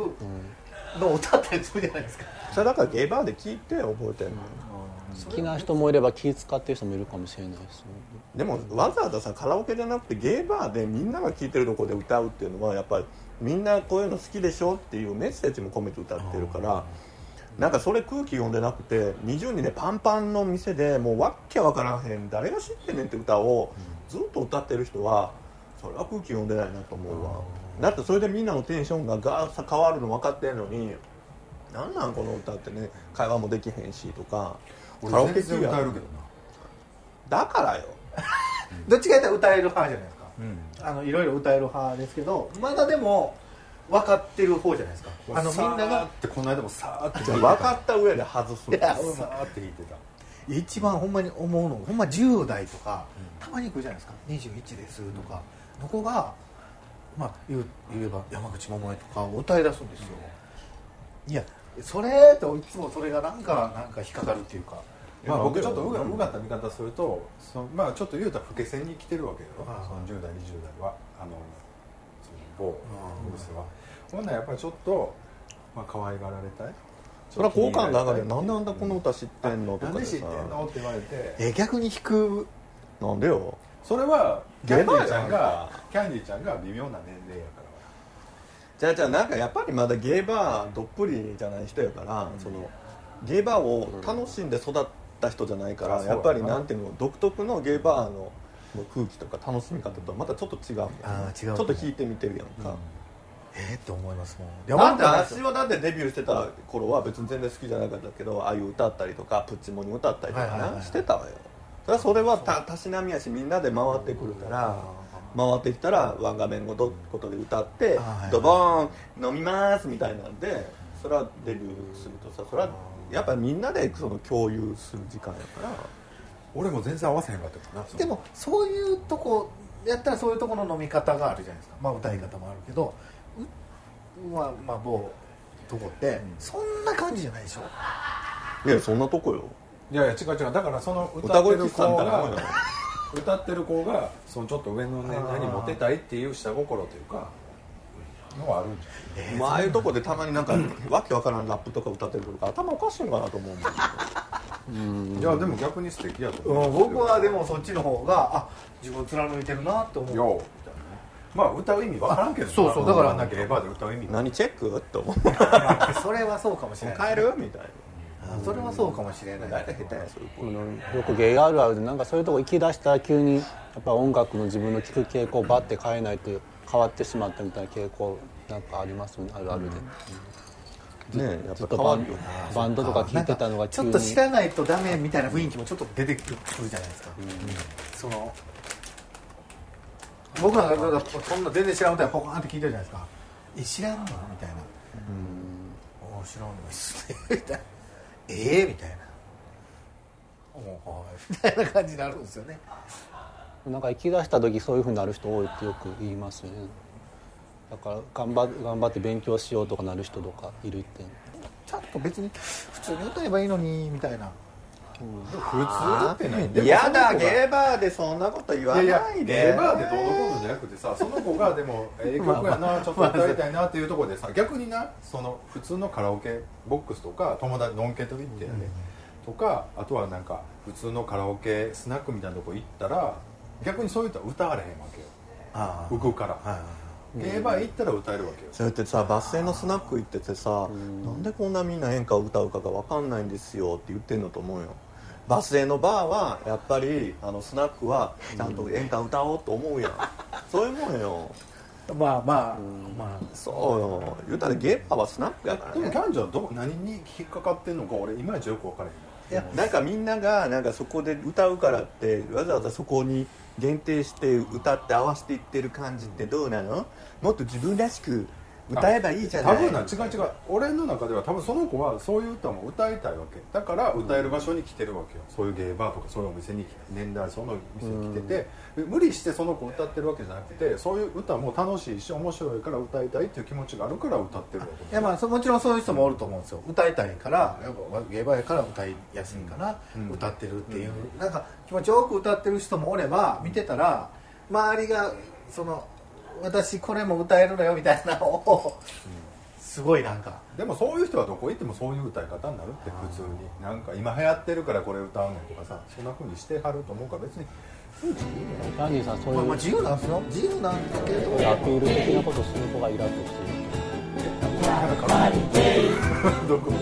S6: のを歌ったりするじゃないですか、
S2: それだからゲイバーで聞いて覚えてんのよ
S3: 好きな人もいれば気使ってる人もいるかもしれないですね
S2: でもわざわざさカラオケじゃなくてゲイバーでみんなが聴いてるとこで歌うっていうのはやっぱりみんなこういうの好きでしょっていうメッセージも込めて歌ってるからなんかそれ空気読んでなくて20にねパンパンの店でもうわっけわからへん誰が知ってんねんって歌をずっと歌ってる人はそれは空気読んでないなと思うわだってそれでみんなのテンションがガーッと変わるの分かってんのになんなんこの歌ってね会話もできへんしとかカラオケ
S1: 俺全
S2: 行き
S1: 然
S2: や
S1: 歌えるけどな
S2: だからよ
S6: どっちかやったら歌える派じゃないですか、
S1: うん
S6: あのいろいろ歌える派ですけどまだでも分かってる方じゃないですかあのみんな
S1: さー
S6: が
S1: ってこの間もさーって
S2: じゃあ分かった上で外すんだよ
S1: さーって弾いてた
S6: 一番ほんまに思うのがほんま10代とか、たまに行くじゃないですか21ですとか、の子が、まあ、言う言えば山口百恵とかを歌い出すんですよ、いやそれといつもそれがなんかなんか引っかかるっていうか
S1: まあ、僕ちょっとうがうがった見方するとそのまあちょっと言うたら老け線に来てるわけよ、
S6: はい
S1: その10代20代はあのその某ブースは、ほんならやっぱりちょっと、まあ可愛がられたい
S2: それは好感度上がるよ
S1: な
S2: なんであんなこの歌知ってんのと
S1: なん
S2: か
S1: で
S2: で
S1: 知
S2: さ
S1: ってんのって言われて
S6: え逆に引く
S2: なんでよ
S1: それはキャンディーちゃん
S2: ゲバ
S1: が
S2: やんか
S1: キャンディーちゃんが微妙な年齢やから
S2: じゃあじゃあなんかやっぱりまだゲーバーどっぷりじゃない人やから、そのゲーバーを楽しんで育った人じゃないから、
S1: うん
S2: やっぱりなんていうの独特のゲーバーの空気とか楽しみ方とはまたちょっと違うんだよね
S6: あー違う
S2: ちょっと弾いてみてるやんか、
S6: えっと思いますもん
S2: だって私はだってデビューしてた頃は別に全然好きじゃなかったけどああいう歌ったりとかプッチモニ歌ったりとか
S6: はいはいは
S2: ないしてたわよそれはそれはたたしなみやしみんなで回ってくるから回ってきたらワン画面ごとことで歌って
S6: あはいはい
S2: ドボーン飲みますみたいなんでそれはデビューするとさそれはやっぱりみんなでその共有する時間やから
S1: 俺も全然合わせへんかったからな
S6: でもそういうとこやったらそういうとこの飲み方があるじゃないですかまあ歌い方もあるけど、うまあまあ某とこって、そんな感じじゃないでしょ
S2: いやそんなとこよ
S1: いやいや違う違うだからその歌
S2: 歌
S1: って
S2: 声
S1: る
S2: 喫
S1: 子
S2: 茶みたいなもんよ
S1: が歌ってる子がそのちょっと上の年代にモテたいっていう下心というかのはあるんじゃない
S2: まあああいうとこでたまになんかわけわからんラップとか歌ってるとか頭おかしいのかなと思うんだけど
S1: いやでも逆に素敵やと
S6: う
S1: 思
S6: ん、僕はでもそっちの方があ自分貫いてるなって思
S1: よ
S6: う
S1: よみたいなねまあ歌う意味わからんけどな
S6: そうそうだから
S1: なければで歌う意味
S2: 何チェックって思う
S6: それはそうかもしれない
S2: 帰るみたい
S6: それはそうかもしれな
S2: ない大体下手やんそういう子
S3: うんよくゲイあるあるでなんかそういうとこ行き出したら急にやっぱ音楽の自分の聴く傾向をバッて変えないと変わってしまったみたいな傾向なんかありますよねあるあるで、
S2: ねえやっ
S3: ずっ
S2: ぱ変
S3: とバ
S2: わる
S3: ン
S2: よね
S3: バンドとか聴いてたのが
S6: ち
S3: 急
S6: ょっ
S3: に
S6: と知らないとダメみたいな雰囲気もちょっと出てくるじゃないですか、その僕なんかだからそんな全然知らん歌ポカーンって聞いてるじゃないですか「え知らんの?」みたいな「うん、お知らんのっすね」みたいな「ええみたいな「おはい」みたいな感じになるんですよね
S3: なんか行き出した時そういうふうになる人多いってよく言いますよねだから頑張頑張って勉強しようとかなる人とかいるって
S6: ちゃんと別に普通に歌えばいいのにみたいな
S1: 普通ってない
S2: やだゲーバーでそんなこと言わないいで
S1: やいやレバーでどうのこうのじゃなくてさその子がでもええ曲やなちょっと歌いたいなっていうところでさ逆になその普通のカラオケボックスとか友達のんけと行ってやで、とかあとはなんか普通のカラオケスナックみたいなとこ行ったら逆にそういう人は歌われへんわけよ
S6: あ
S1: 浮くから、ゲーバー行ったら歌えるわけよ
S2: そうやってさバス停のスナック行っててさなんでこんなみんな演歌を歌うかが分かんないんですよって言ってんのと思うよ バス停のバーはやっぱりあのスナックはちゃんと演歌歌おうと思うやんそういうもんよ
S6: まあまあ、まあ
S2: そうよ言うたらゲーパーはスナックやから
S1: でも
S2: ね
S1: キャンちゃんどこ何に引っかかってんのか俺いまいちよく分からへん
S2: なんかみんながなんかそこで歌うからってわざわざそこに限定して歌って合わせていってる感じってどうなのもっと自分らしく歌えばいいじゃな
S1: 多
S2: い
S1: 分な違う違う俺の中では多分その子はそういう歌も歌いたいわけだから歌える場所に来てるわけよ、そういうゲーバーとかそういうお店に来て年代その店に来てて、無理してその子歌ってるわけじゃなくてそういう歌も楽しいし面白いから歌いたいっていう気持ちがあるから歌ってるわけ
S6: いやまあそもちろんそういう人もおると思うんですよ歌いたいからやっぱゲバやから歌いやすいから
S1: うん
S6: 歌ってるっていう、なんか気持ちよく歌ってる人もおれば見てたら周りがその私これも歌えるのよみたいなのを、すごいなんか
S1: でもそういう人はどこ行ってもそういう歌い方になるって普通になんか今流行ってるからこれ歌うねんとかさそんな風にしてはると思うから別に
S3: キャンディーさんそうい
S6: まあ、まあ
S3: う
S6: 自由なんですよ自由なんですけど
S3: アピール的なことする子がイラッとする
S1: どこも